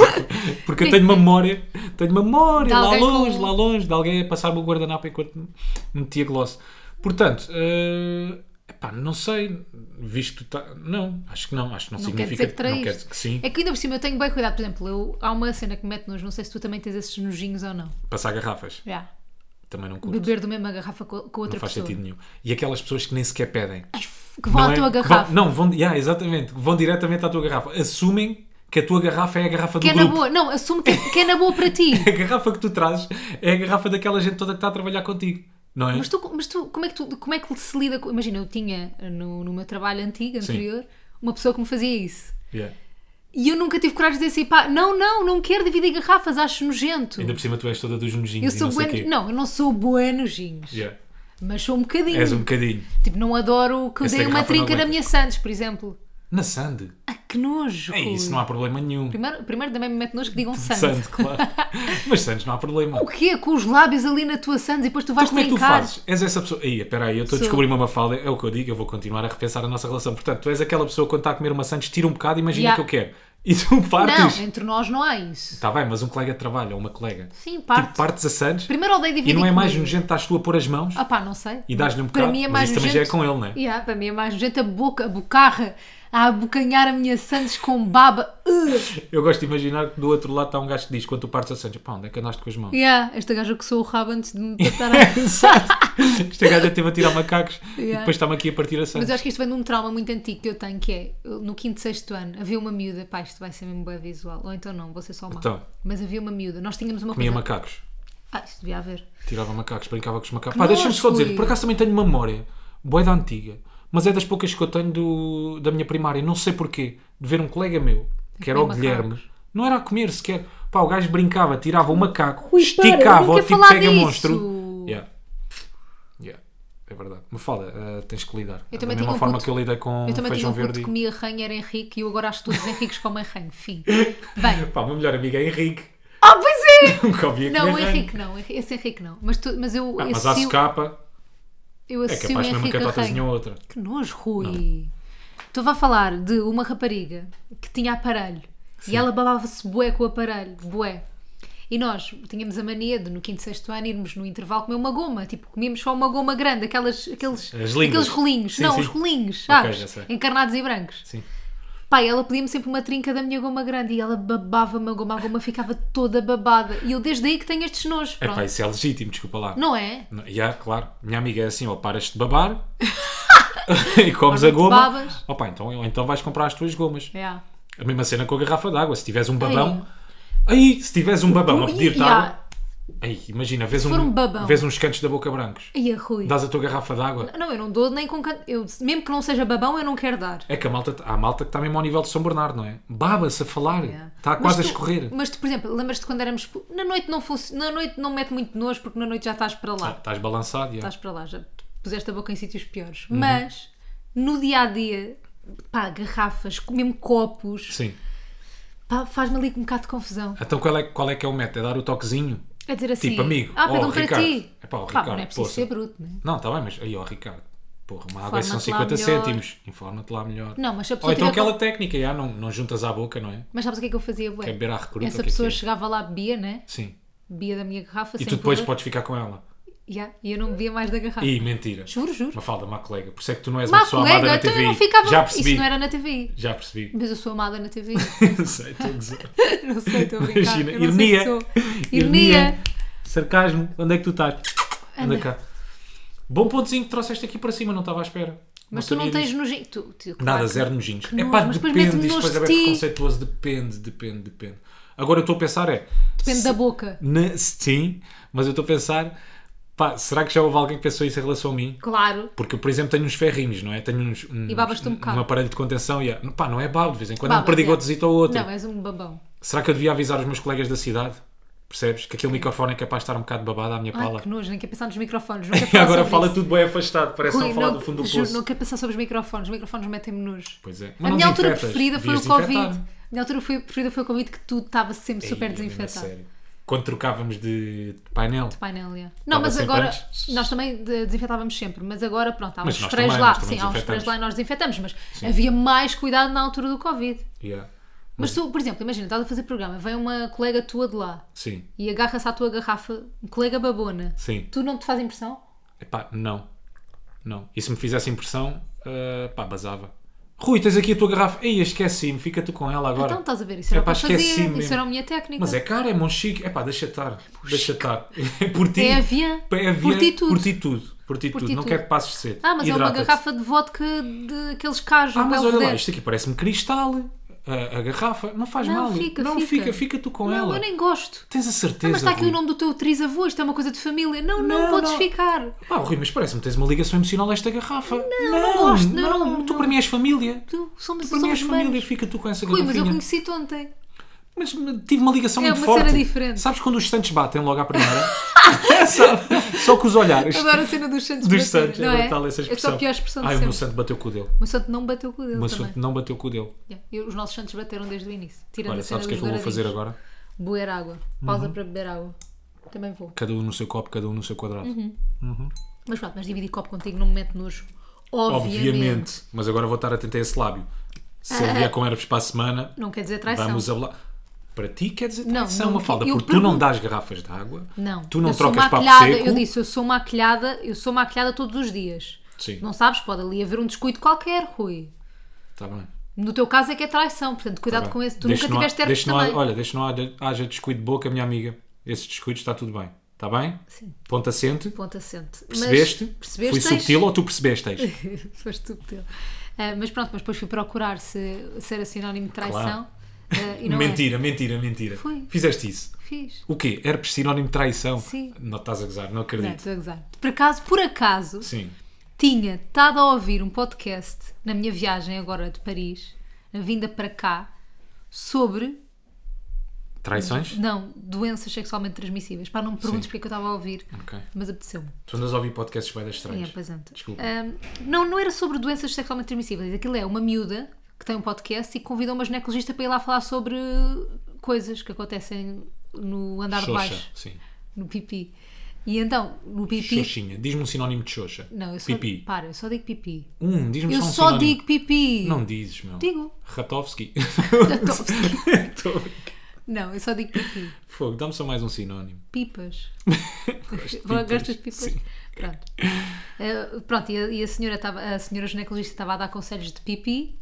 [SPEAKER 2] Porque eu tenho uma memória, tenho uma memória
[SPEAKER 1] De
[SPEAKER 2] lá
[SPEAKER 1] alguém com-
[SPEAKER 2] longe, lá longe, de alguém a passar-me o guardanapo enquanto me- metia gloss. Portanto, eh, epá, não sei, visto tá, não, acho que não, acho que não,
[SPEAKER 1] Não quer
[SPEAKER 2] significa
[SPEAKER 1] dizer que
[SPEAKER 2] não quer
[SPEAKER 1] traíste.
[SPEAKER 2] dizer que sim,
[SPEAKER 1] É que ainda por cima eu tenho bem cuidado. Por exemplo, eu, há uma cena que me mete nos, não sei se tu também tens esses nojinhos ou não.
[SPEAKER 2] passar garrafas,
[SPEAKER 1] Já.
[SPEAKER 2] também não curto,
[SPEAKER 1] Beber do mesmo a garrafa co- com, outra
[SPEAKER 2] não faz
[SPEAKER 1] pessoa.
[SPEAKER 2] sentido nenhum. E aquelas pessoas que nem sequer pedem.
[SPEAKER 1] Ai, f- que vão
[SPEAKER 2] Não
[SPEAKER 1] à
[SPEAKER 2] é?
[SPEAKER 1] tua
[SPEAKER 2] Que vão-
[SPEAKER 1] garrafa.
[SPEAKER 2] não, vão, yeah, exatamente. Vão diretamente à tua garrafa. Assumem que a tua garrafa é a garrafa
[SPEAKER 1] Que é
[SPEAKER 2] do
[SPEAKER 1] na
[SPEAKER 2] grupo.
[SPEAKER 1] boa, não, assume que, que é na boa para ti.
[SPEAKER 2] A garrafa que tu trazes é a garrafa daquela gente toda que está a trabalhar contigo. Não é?
[SPEAKER 1] Mas tu, mas tu, como é que tu, como é que se lida com. Imagina, eu tinha no, no meu trabalho antigo, anterior, uma pessoa que me fazia isso.
[SPEAKER 2] Yeah.
[SPEAKER 1] E eu nunca tive coragem de dizer assim, pá, não, não, não quero dividir garrafas, acho nojento.
[SPEAKER 2] Ainda por cima tu és toda dos nojinhos.
[SPEAKER 1] Eu
[SPEAKER 2] e
[SPEAKER 1] sou
[SPEAKER 2] não sei
[SPEAKER 1] bueno.
[SPEAKER 2] quê.
[SPEAKER 1] Não, eu não sou boa nojinhos,
[SPEAKER 2] Yeah.
[SPEAKER 1] mas sou um bocadinho.
[SPEAKER 2] És um bocadinho.
[SPEAKER 1] Tipo, não adoro que eu
[SPEAKER 2] Essa
[SPEAKER 1] dei uma
[SPEAKER 2] garrafa não
[SPEAKER 1] trinca da
[SPEAKER 2] aguenta.
[SPEAKER 1] minha Santos, por exemplo.
[SPEAKER 2] Na Sand.
[SPEAKER 1] Ah, que nojo!
[SPEAKER 2] É
[SPEAKER 1] Rui.
[SPEAKER 2] isso, não há problema nenhum.
[SPEAKER 1] primeiro, primeiro também me mete nojo que digam
[SPEAKER 2] Sand,
[SPEAKER 1] Santos.
[SPEAKER 2] claro. Mas Sands não há problema.
[SPEAKER 1] O quê? Com os lábios ali na tua Santos e depois tu vais
[SPEAKER 2] Mas como é que tu
[SPEAKER 1] trincar?
[SPEAKER 2] fazes? És essa pessoa. Aí, espera aí, eu estou
[SPEAKER 1] Sou.
[SPEAKER 2] a descobrir uma mafalda, é o que eu digo, eu vou continuar a repensar a nossa relação. Portanto, tu és aquela pessoa que quando está a comer uma Santos, tira um bocado e imagina
[SPEAKER 1] Yeah.
[SPEAKER 2] que eu quero. E tu partes.
[SPEAKER 1] Não, entre nós não há isso.
[SPEAKER 2] Está bem, mas um colega de trabalho ou uma colega.
[SPEAKER 1] Sim,
[SPEAKER 2] Tipo,
[SPEAKER 1] parte.
[SPEAKER 2] partes a Santos
[SPEAKER 1] Primeiro odeio dividir
[SPEAKER 2] e não é mais
[SPEAKER 1] comida.
[SPEAKER 2] nojento, estás tu a pôr as mãos
[SPEAKER 1] Ah pá, não sei.
[SPEAKER 2] e dás-lhe um
[SPEAKER 1] Para
[SPEAKER 2] bocado.
[SPEAKER 1] mim é
[SPEAKER 2] mas
[SPEAKER 1] mais
[SPEAKER 2] isso também já é
[SPEAKER 1] nojento.
[SPEAKER 2] com ele, não é?
[SPEAKER 1] Yeah, para mim é mais nojento a boca, a bocarra, a abocanhar a minha Santos com baba. Ugh.
[SPEAKER 2] Eu gosto de imaginar que do outro lado está um gajo que diz quando tu partes a Santos, pá, onde é que andaste com as mãos?
[SPEAKER 1] Yeah, esta gaja que sou o rabo antes de me tratar a...
[SPEAKER 2] Exato. Esta gaja esteve a tirar macacos e
[SPEAKER 1] Yeah.
[SPEAKER 2] depois está-me aqui a partir a Santos.
[SPEAKER 1] Mas eu acho que isto vem de um trauma muito antigo que eu tenho, que é, eu, no quinto, sexto ano, havia uma miúda, pá, isto vai ser mesmo boa visual, ou então não, vou ser só má.
[SPEAKER 2] Então.
[SPEAKER 1] Mas havia uma miúda, nós tínhamos uma
[SPEAKER 2] Comia
[SPEAKER 1] coisa...
[SPEAKER 2] macacos.
[SPEAKER 1] Ah, isto devia haver.
[SPEAKER 2] Tirava macacos, brincava com os macacos.
[SPEAKER 1] Que
[SPEAKER 2] Pá, deixa-me
[SPEAKER 1] nojo,
[SPEAKER 2] só dizer,
[SPEAKER 1] Rui.
[SPEAKER 2] por acaso também tenho uma memória, boeda antiga, mas é das poucas que eu tenho do- da minha primária, não sei porquê, de ver um colega meu, que era o
[SPEAKER 1] comer
[SPEAKER 2] Guilherme,
[SPEAKER 1] macacos.
[SPEAKER 2] não era a comer sequer. Pá, o gajo brincava, tirava o macaco,
[SPEAKER 1] Rui, para, eu
[SPEAKER 2] esticava,
[SPEAKER 1] não
[SPEAKER 2] o
[SPEAKER 1] quero
[SPEAKER 2] tipo
[SPEAKER 1] falar
[SPEAKER 2] pega
[SPEAKER 1] disso.
[SPEAKER 2] monstro. Yeah. Yeah. É verdade. Me fala, eh, tens que lidar.
[SPEAKER 1] Eu também
[SPEAKER 2] da
[SPEAKER 1] tinha
[SPEAKER 2] mesma
[SPEAKER 1] um
[SPEAKER 2] forma
[SPEAKER 1] puto-
[SPEAKER 2] que eu lidei com
[SPEAKER 1] Eu também tinha
[SPEAKER 2] Ah, feijão
[SPEAKER 1] um puto
[SPEAKER 2] verde.
[SPEAKER 1] que
[SPEAKER 2] e-
[SPEAKER 1] comia ranho, era Henrique, e eu agora acho que todos os Henriques comem ranho, fim. Bem,
[SPEAKER 2] Pá, o meu melhor amigo é Henrique.
[SPEAKER 1] ah, pois é!
[SPEAKER 2] Nunca ouvia
[SPEAKER 1] Não,
[SPEAKER 2] comer
[SPEAKER 1] o
[SPEAKER 2] ranho.
[SPEAKER 1] Henrique não, esse Henrique não. Mas, tu, mas eu,
[SPEAKER 2] Ah, mas há
[SPEAKER 1] associo,
[SPEAKER 2] socapa,
[SPEAKER 1] eu
[SPEAKER 2] é
[SPEAKER 1] associo
[SPEAKER 2] capaz mesmo que
[SPEAKER 1] Henrique
[SPEAKER 2] a
[SPEAKER 1] a
[SPEAKER 2] tota tinha
[SPEAKER 1] Reino.
[SPEAKER 2] outra.
[SPEAKER 1] Que nojo, Rui. Estou a falar de uma rapariga que tinha aparelho e ela babava-se bué com o aparelho, bué. E nós tínhamos a mania de, no quinto, sexto ano, irmos no intervalo comer uma goma. Tipo, comíamos só uma goma grande, aquelas, aqueles,
[SPEAKER 2] As línguas.
[SPEAKER 1] aqueles rolinhos.
[SPEAKER 2] Sim,
[SPEAKER 1] não,
[SPEAKER 2] sim.
[SPEAKER 1] os rolinhos,
[SPEAKER 2] Ok,
[SPEAKER 1] sabes?
[SPEAKER 2] já sei.
[SPEAKER 1] Encarnados e brancos.
[SPEAKER 2] Sim.
[SPEAKER 1] Pá, ela pedia-me sempre uma trinca da minha goma grande e ela babava-me a goma, a goma ficava toda babada. E eu desde aí que tenho estes nojos,
[SPEAKER 2] É
[SPEAKER 1] pronto.
[SPEAKER 2] pá, isso é legítimo, desculpa lá.
[SPEAKER 1] Não é?
[SPEAKER 2] Não, Já, claro. Minha amiga é assim, ou paras de babar, e comes
[SPEAKER 1] Ora,
[SPEAKER 2] a
[SPEAKER 1] tu
[SPEAKER 2] goma.
[SPEAKER 1] babas.
[SPEAKER 2] Opa, então, ou então vais comprar as tuas gomas.
[SPEAKER 1] Yeah.
[SPEAKER 2] A mesma cena com a garrafa de água. Se tiveres um babão. Aí, se tiveres um babão a
[SPEAKER 1] Tu-
[SPEAKER 2] pedir-te
[SPEAKER 1] yeah.
[SPEAKER 2] água. Aí, imagina, vês,
[SPEAKER 1] for
[SPEAKER 2] um,
[SPEAKER 1] um babão.
[SPEAKER 2] vês uns cantos da boca brancos.
[SPEAKER 1] Ai, é Rui.
[SPEAKER 2] Dás a tua garrafa de água.
[SPEAKER 1] Não, eu não dou nem com can... eu Mesmo que não seja babão, eu não quero dar.
[SPEAKER 2] É que a malta, há malta que está mesmo ao nível de São Bernardo, não é? Baba-se a falar.
[SPEAKER 1] Yeah. É.
[SPEAKER 2] Está
[SPEAKER 1] Mas
[SPEAKER 2] É. Tá quase a
[SPEAKER 1] tu-
[SPEAKER 2] escorrer.
[SPEAKER 1] Mas tu, por exemplo, lembras-te quando éramos. pu- Na noite não func... na noite não mete muito nojo porque na noite já estás para
[SPEAKER 2] Ah,
[SPEAKER 1] lá.
[SPEAKER 2] Estás balançado. yeah.
[SPEAKER 1] Estás para lá, já puseste a boca em sítios piores.
[SPEAKER 2] Uhum.
[SPEAKER 1] Mas no dia a dia, pá, garrafas, mesmo copos,
[SPEAKER 2] Sim.
[SPEAKER 1] pá, faz-me ali um bocado de confusão.
[SPEAKER 2] Então qual é, qual é que é o método? É dar o toquezinho?
[SPEAKER 1] É dizer assim.
[SPEAKER 2] Tipo, amigo,
[SPEAKER 1] Ah,
[SPEAKER 2] ó,
[SPEAKER 1] perdão para
[SPEAKER 2] Ricardo.
[SPEAKER 1] ti.
[SPEAKER 2] Epá,
[SPEAKER 1] Pá,
[SPEAKER 2] ó,
[SPEAKER 1] mas não
[SPEAKER 2] Ricardo,
[SPEAKER 1] é preciso
[SPEAKER 2] poça.
[SPEAKER 1] ser bruto, né?
[SPEAKER 2] Não, está bem, mas aí, ó, Ricardo, porra, uma água é são
[SPEAKER 1] Informa-te lá
[SPEAKER 2] 50
[SPEAKER 1] melhor.
[SPEAKER 2] cêntimos. Informa-te lá melhor.
[SPEAKER 1] Não, mas se a
[SPEAKER 2] Ou
[SPEAKER 1] pessoa
[SPEAKER 2] então
[SPEAKER 1] tiver
[SPEAKER 2] aquela técnica, já, não, não juntas à boca, não é?
[SPEAKER 1] Mas sabes o que é que eu fazia, bué?
[SPEAKER 2] Quer beber à recruta, o
[SPEAKER 1] Essa
[SPEAKER 2] que é que
[SPEAKER 1] pessoa
[SPEAKER 2] é?
[SPEAKER 1] chegava lá, bebia, né?
[SPEAKER 2] Sim.
[SPEAKER 1] Bebia da minha garrafa,
[SPEAKER 2] E
[SPEAKER 1] sem
[SPEAKER 2] tu depois
[SPEAKER 1] pudor.
[SPEAKER 2] podes ficar com ela.
[SPEAKER 1] Ya, E eu não bebia mais da garrafa.
[SPEAKER 2] Ih, mentira.
[SPEAKER 1] Juro, juro.
[SPEAKER 2] Uma falda, má colega. Por isso é que tu não és uma
[SPEAKER 1] Má
[SPEAKER 2] pessoa amada
[SPEAKER 1] colega,
[SPEAKER 2] na
[SPEAKER 1] então
[SPEAKER 2] TV.
[SPEAKER 1] eu não ficava.
[SPEAKER 2] Já percebi.
[SPEAKER 1] Isso não era na TV.
[SPEAKER 2] Já percebi.
[SPEAKER 1] Mas eu sou amada na TV.
[SPEAKER 2] Sei, estou a dizer.
[SPEAKER 1] não sei, estou a brincar.
[SPEAKER 2] Imagina,
[SPEAKER 1] Eu não
[SPEAKER 2] ironia.
[SPEAKER 1] Sei se sou. Ironia.
[SPEAKER 2] Sarcasmo. Onde é que tu estás? Anda,
[SPEAKER 1] Anda.
[SPEAKER 2] cá. Bom pontozinho que trouxeste aqui para cima, não estava à espera.
[SPEAKER 1] Mas
[SPEAKER 2] Não
[SPEAKER 1] tu não
[SPEAKER 2] sabia
[SPEAKER 1] tens
[SPEAKER 2] disto.
[SPEAKER 1] nojinho. Tu, tu-
[SPEAKER 2] Nada,
[SPEAKER 1] claro que-
[SPEAKER 2] zero nojinhos.
[SPEAKER 1] que
[SPEAKER 2] É pá,
[SPEAKER 1] nojo, mas depois
[SPEAKER 2] depende.
[SPEAKER 1] mete-me
[SPEAKER 2] Isto depois é
[SPEAKER 1] nojo
[SPEAKER 2] bem
[SPEAKER 1] de ti.
[SPEAKER 2] preconceituoso. Depende, depende, depende. Agora eu estou a pensar é...
[SPEAKER 1] Depende
[SPEAKER 2] se-
[SPEAKER 1] da boca.
[SPEAKER 2] na- sim, mas eu estou a pensar... Pá, será que já houve alguém que pensou isso em relação a mim?
[SPEAKER 1] Claro.
[SPEAKER 2] Porque eu, por exemplo, tenho uns ferrinhos, não é? Tenho uns, uns-
[SPEAKER 1] babas-te um bocado.
[SPEAKER 2] aparelho de contenção e... é- Pá, não é babo, de vez em quando
[SPEAKER 1] Babas,
[SPEAKER 2] um perdigote
[SPEAKER 1] é.
[SPEAKER 2] zita ou outro.
[SPEAKER 1] Não, és um babão.
[SPEAKER 2] Será que eu devia avisar os meus colegas da cidade? Percebes? Que aquele microfone é capaz de estar um bocado babado à minha
[SPEAKER 1] Ai,
[SPEAKER 2] pala.
[SPEAKER 1] que nojo, nem quer pensar nos microfones. Nunca
[SPEAKER 2] E
[SPEAKER 1] falar
[SPEAKER 2] agora
[SPEAKER 1] sobre
[SPEAKER 2] fala
[SPEAKER 1] isso.
[SPEAKER 2] tudo bem afastado, parece que
[SPEAKER 1] Rui,
[SPEAKER 2] não falar
[SPEAKER 1] não,
[SPEAKER 2] do fundo do
[SPEAKER 1] juro,
[SPEAKER 2] poço.
[SPEAKER 1] não quero pensar sobre os microfones. Os microfones metem-me nojo.
[SPEAKER 2] Pois é. Mas
[SPEAKER 1] A
[SPEAKER 2] não
[SPEAKER 1] minha altura
[SPEAKER 2] desinfetas,
[SPEAKER 1] preferida foi o
[SPEAKER 2] devias
[SPEAKER 1] Covid. A
[SPEAKER 2] desinfetar.
[SPEAKER 1] minha altura foi- preferida foi o Covid que tu estava sempre super
[SPEAKER 2] Ei, mesmo a
[SPEAKER 1] desinfetado.
[SPEAKER 2] sério. Quando trocávamos de de painel.
[SPEAKER 1] Painel, yeah. Não,
[SPEAKER 2] Estava
[SPEAKER 1] mas
[SPEAKER 2] sempre
[SPEAKER 1] agora
[SPEAKER 2] antes.
[SPEAKER 1] nós também de- desinfetávamos sempre, mas agora pronto, há uns
[SPEAKER 2] Mas nós
[SPEAKER 1] sprays
[SPEAKER 2] também,
[SPEAKER 1] lá,
[SPEAKER 2] nós também
[SPEAKER 1] sim, há uns sprays
[SPEAKER 2] desinfetamos.
[SPEAKER 1] lá e nós desinfetamos, mas havia mais cuidado na altura do Covid.
[SPEAKER 2] Yeah.
[SPEAKER 1] Mas tu, por exemplo, imagina, estás a fazer programa, vem uma colega tua de lá
[SPEAKER 2] Sim,
[SPEAKER 1] e agarra-se à tua garrafa, um colega babona.
[SPEAKER 2] sim.
[SPEAKER 1] Tu não te faz impressão?
[SPEAKER 2] Epá, não. Não. E se me fizesse impressão, ah, pá, basava. Rui, tens aqui a tua garrafa. Ei, esqueci-me, fica tu com ela agora.
[SPEAKER 1] Então estás a ver, isso era
[SPEAKER 2] Epá,
[SPEAKER 1] o que eu fazia,
[SPEAKER 2] esqueci-me
[SPEAKER 1] isso
[SPEAKER 2] mesmo.
[SPEAKER 1] era a minha técnica.
[SPEAKER 2] Mas é caro, é monchique. Epá, deixa estar. Deixa estar. É por ti.
[SPEAKER 1] É avião.
[SPEAKER 2] É avião.
[SPEAKER 1] Por ti tudo.
[SPEAKER 2] Por ti tudo. Por ti
[SPEAKER 1] Por
[SPEAKER 2] tudo.
[SPEAKER 1] ti
[SPEAKER 2] Não
[SPEAKER 1] tudo.
[SPEAKER 2] quero que passes cedo.
[SPEAKER 1] Ah, mas é uma
[SPEAKER 2] Hidrata-te.
[SPEAKER 1] garrafa de vodka daqueles cajos. um
[SPEAKER 2] Ah, mas
[SPEAKER 1] Belvedere.
[SPEAKER 2] olha lá, isto aqui parece-me cristal. A, a garrafa. Não faz
[SPEAKER 1] Não,
[SPEAKER 2] mal.
[SPEAKER 1] fica,
[SPEAKER 2] não
[SPEAKER 1] fica.
[SPEAKER 2] fica. fica, tu é com
[SPEAKER 1] Não,
[SPEAKER 2] ela.
[SPEAKER 1] eu nem gosto.
[SPEAKER 2] Tens a certeza.
[SPEAKER 1] Ah, mas está aqui
[SPEAKER 2] Rui?
[SPEAKER 1] o nome do teu trisavô, isto é uma coisa de família. Não, não,
[SPEAKER 2] Não,
[SPEAKER 1] podes
[SPEAKER 2] não.
[SPEAKER 1] ficar.
[SPEAKER 2] Pá, Rui, mas parece-me que tens uma ligação emocional a esta garrafa. Não,
[SPEAKER 1] não gosto, não, não,
[SPEAKER 2] Tu
[SPEAKER 1] não.
[SPEAKER 2] para mim és família. Tu
[SPEAKER 1] Tu, somos,
[SPEAKER 2] para mim és
[SPEAKER 1] somos
[SPEAKER 2] família,
[SPEAKER 1] humanos.
[SPEAKER 2] fica tu com essa
[SPEAKER 1] Rui, mas eu
[SPEAKER 2] garrafinha.
[SPEAKER 1] conheci-te ontem.
[SPEAKER 2] Mas tive uma ligação
[SPEAKER 1] É
[SPEAKER 2] muito
[SPEAKER 1] uma
[SPEAKER 2] forte.
[SPEAKER 1] cena diferente.
[SPEAKER 2] Sabes quando os Santos batem logo à primeira? Sabe? Só com os olhares.
[SPEAKER 1] Agora a É cena dos Santos
[SPEAKER 2] Dos
[SPEAKER 1] bater,
[SPEAKER 2] Santos, é
[SPEAKER 1] não é?
[SPEAKER 2] brutal essa
[SPEAKER 1] É
[SPEAKER 2] expressão.
[SPEAKER 1] só a pior expressão
[SPEAKER 2] Ai,
[SPEAKER 1] de
[SPEAKER 2] o meu
[SPEAKER 1] sempre.
[SPEAKER 2] santo bateu com o dele.
[SPEAKER 1] O meu santo não bateu com o dele
[SPEAKER 2] O meu
[SPEAKER 1] também.
[SPEAKER 2] santo não bateu com o dele.
[SPEAKER 1] Yeah. E os nossos santos bateram desde o início. Tirando
[SPEAKER 2] Olha,
[SPEAKER 1] a cena
[SPEAKER 2] sabes o que é
[SPEAKER 1] dos
[SPEAKER 2] que eu vou fazer
[SPEAKER 1] douradinhos.
[SPEAKER 2] agora? Uhum.
[SPEAKER 1] Boer água. Pausa para beber água. Também vou.
[SPEAKER 2] Cada um no seu copo, cada um no seu quadrado.
[SPEAKER 1] Uhum. Mas pronto, mas dividir copo contigo não me mete nojo. Obviamente. Ah.
[SPEAKER 2] Obviamente. Mas agora vou estar atento a esse lábio. Se ele vier com ervas para a semana,
[SPEAKER 1] Não quer dizer traição.
[SPEAKER 2] Vamos a lá. Para ti quer dizer
[SPEAKER 1] É Não,
[SPEAKER 2] traição,
[SPEAKER 1] não,
[SPEAKER 2] uma falda,
[SPEAKER 1] eu
[SPEAKER 2] porque tu não
[SPEAKER 1] pergunto-
[SPEAKER 2] dás garrafas de água,
[SPEAKER 1] Não.
[SPEAKER 2] tu não
[SPEAKER 1] Eu sou
[SPEAKER 2] trocas papo
[SPEAKER 1] maquilhada,
[SPEAKER 2] seco.
[SPEAKER 1] Eu disse, eu sou maquilhada, eu sou maquilhada todos os dias.
[SPEAKER 2] Sim.
[SPEAKER 1] Não sabes, pode ali haver um descuido qualquer, Rui.
[SPEAKER 2] Tá bem.
[SPEAKER 1] No teu caso é que é traição, portanto, cuidado com esse. Tu
[SPEAKER 2] Deixa
[SPEAKER 1] nunca
[SPEAKER 2] não há-
[SPEAKER 1] tiveste herpes
[SPEAKER 2] deixa não há-
[SPEAKER 1] também.
[SPEAKER 2] Olha, deixa não haja, haja descuido de boca, minha amiga. Esse descuido está tudo bem. Está bem?
[SPEAKER 1] Sim.
[SPEAKER 2] Ponto assente.
[SPEAKER 1] Ponto assente. Mas
[SPEAKER 2] Percebeste?
[SPEAKER 1] Percebeste?
[SPEAKER 2] Fui subtil ou tu percebeste?
[SPEAKER 1] Foste subtil. Ah, mas pronto, mas depois fui procurar se, se era sinónimo de traição. ah, e não é.
[SPEAKER 2] mentira, mentira, mentira.
[SPEAKER 1] Foi.
[SPEAKER 2] Fizeste isso.
[SPEAKER 1] Fiz.
[SPEAKER 2] O quê? Herpes sinónimo de traição?
[SPEAKER 1] Sim.
[SPEAKER 2] Não estás a gozar, não
[SPEAKER 1] Não,
[SPEAKER 2] acredito.
[SPEAKER 1] estou a gozar. Por acaso, por acaso,
[SPEAKER 2] Sim.
[SPEAKER 1] tinha estado a ouvir um podcast na minha viagem agora de Paris, na vinda para cá, sobre
[SPEAKER 2] Traições?
[SPEAKER 1] Não, doenças sexualmente transmissíveis. Pá, não me perguntes
[SPEAKER 2] Sim.
[SPEAKER 1] porque é que eu estava a ouvir,
[SPEAKER 2] Ok.
[SPEAKER 1] mas apeteceu-me.
[SPEAKER 2] Tu andas a ouvir podcasts bem estranhos.
[SPEAKER 1] É, pois é.
[SPEAKER 2] Desculpa.
[SPEAKER 1] Ahm, não, não era sobre doenças sexualmente transmissíveis. Aquilo é uma miúda que tem um podcast e convidou uma ginecologista para ir lá falar sobre coisas que acontecem no andar de
[SPEAKER 2] Xoxa.
[SPEAKER 1] baixo,
[SPEAKER 2] Sim.
[SPEAKER 1] no pipi. E então, no pipi.
[SPEAKER 2] Xoxinha. Diz-me um sinónimo de xoxa.
[SPEAKER 1] Não, eu só,
[SPEAKER 2] Pipi.
[SPEAKER 1] Para, eu só digo pipi.
[SPEAKER 2] Um, diz-me
[SPEAKER 1] Eu
[SPEAKER 2] só um
[SPEAKER 1] só
[SPEAKER 2] sinónimo.
[SPEAKER 1] digo pipi.
[SPEAKER 2] Não dizes, meu.
[SPEAKER 1] Digo.
[SPEAKER 2] Ratowski. Tô-
[SPEAKER 1] Não, eu só digo pipi.
[SPEAKER 2] Fogo, dá-me só mais um sinónimo.
[SPEAKER 1] Pipas.
[SPEAKER 2] Gosto de
[SPEAKER 1] Vou-
[SPEAKER 2] pipas.
[SPEAKER 1] Gostas de pipas?
[SPEAKER 2] Sim.
[SPEAKER 1] Pronto. Eh, pronto, e a, e a senhora, estava- a senhora ginecologista estava a dar conselhos de pipi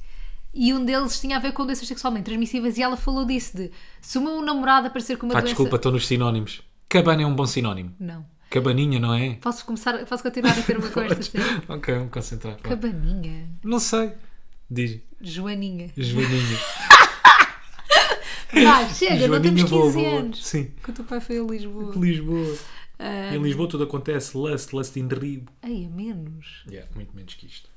[SPEAKER 1] e um deles tinha a ver com doenças sexualmente transmissíveis e ela falou disso de se o meu namorado aparecer com uma
[SPEAKER 2] Pá,
[SPEAKER 1] doença...
[SPEAKER 2] desculpa, estou nos sinónimos. Cabana é um bom sinónimo.
[SPEAKER 1] Não.
[SPEAKER 2] Cabaninha, não é?
[SPEAKER 1] Posso começar, posso continuar a ter uma conversa assim?
[SPEAKER 2] Ok, vamos concentrar. vá.
[SPEAKER 1] Cabaninha,
[SPEAKER 2] Não sei. Diz.
[SPEAKER 1] Joaninha.
[SPEAKER 2] Joaninha.
[SPEAKER 1] Pá, chega, não temos 15
[SPEAKER 2] boa, boa.
[SPEAKER 1] anos.
[SPEAKER 2] Sim.
[SPEAKER 1] Que o teu pai foi a Lisboa.
[SPEAKER 2] Lisboa. Em Lisboa tudo acontece. Lust, lust in derribo.
[SPEAKER 1] Ai, a menos.
[SPEAKER 2] Yeah, muito menos que isto.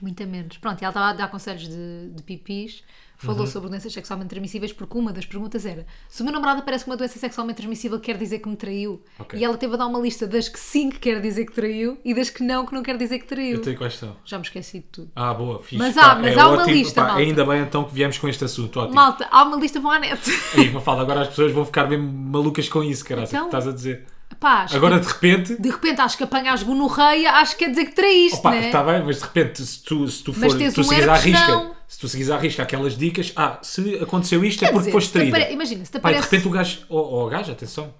[SPEAKER 1] Muito a menos. Pronto, e ela estava a dar conselhos de, de pipis, falou
[SPEAKER 2] Uhum.
[SPEAKER 1] sobre doenças sexualmente transmissíveis, porque uma das perguntas era: se o meu namorado aparece com uma doença sexualmente transmissível, quer dizer que me traiu?
[SPEAKER 2] Ok.
[SPEAKER 1] E ela teve a dar uma lista das que sim que quer dizer que traiu e das que não que não quer dizer que traiu.
[SPEAKER 2] Eu tenho quais são.
[SPEAKER 1] Já me esqueci de tudo.
[SPEAKER 2] Ah, boa, fixe. é
[SPEAKER 1] Mas há- mas há uma
[SPEAKER 2] ótimo.
[SPEAKER 1] lista, malta.
[SPEAKER 2] Ainda bem então que viemos com este assunto. Ótimo.
[SPEAKER 1] Malta, há uma lista, vão à net.
[SPEAKER 2] Aí, Mafalda, agora as pessoas vão ficar mesmo malucas com isso, caralho.
[SPEAKER 1] Então-
[SPEAKER 2] que estás a dizer.
[SPEAKER 1] Pá, acho
[SPEAKER 2] Agora,
[SPEAKER 1] que,
[SPEAKER 2] de repente...
[SPEAKER 1] de repente acho que apanhas gonorreia, acho que quer dizer que traíste,
[SPEAKER 2] Opa, tá, é
[SPEAKER 1] né?
[SPEAKER 2] está bem, mas de repente, se tu, se tu,
[SPEAKER 1] Mas
[SPEAKER 2] for,
[SPEAKER 1] tens
[SPEAKER 2] tu
[SPEAKER 1] um
[SPEAKER 2] seguires à
[SPEAKER 1] herpes,
[SPEAKER 2] risca,
[SPEAKER 1] não.
[SPEAKER 2] se tu seguires à risca aquelas dicas, ah, se aconteceu isto é
[SPEAKER 1] Quer
[SPEAKER 2] porque
[SPEAKER 1] dizer,
[SPEAKER 2] foste
[SPEAKER 1] se te
[SPEAKER 2] traída.
[SPEAKER 1] apare- imagina, se te
[SPEAKER 2] Pá, e
[SPEAKER 1] aparece-
[SPEAKER 2] de repente o gajo, ou ou a gajo, atenção,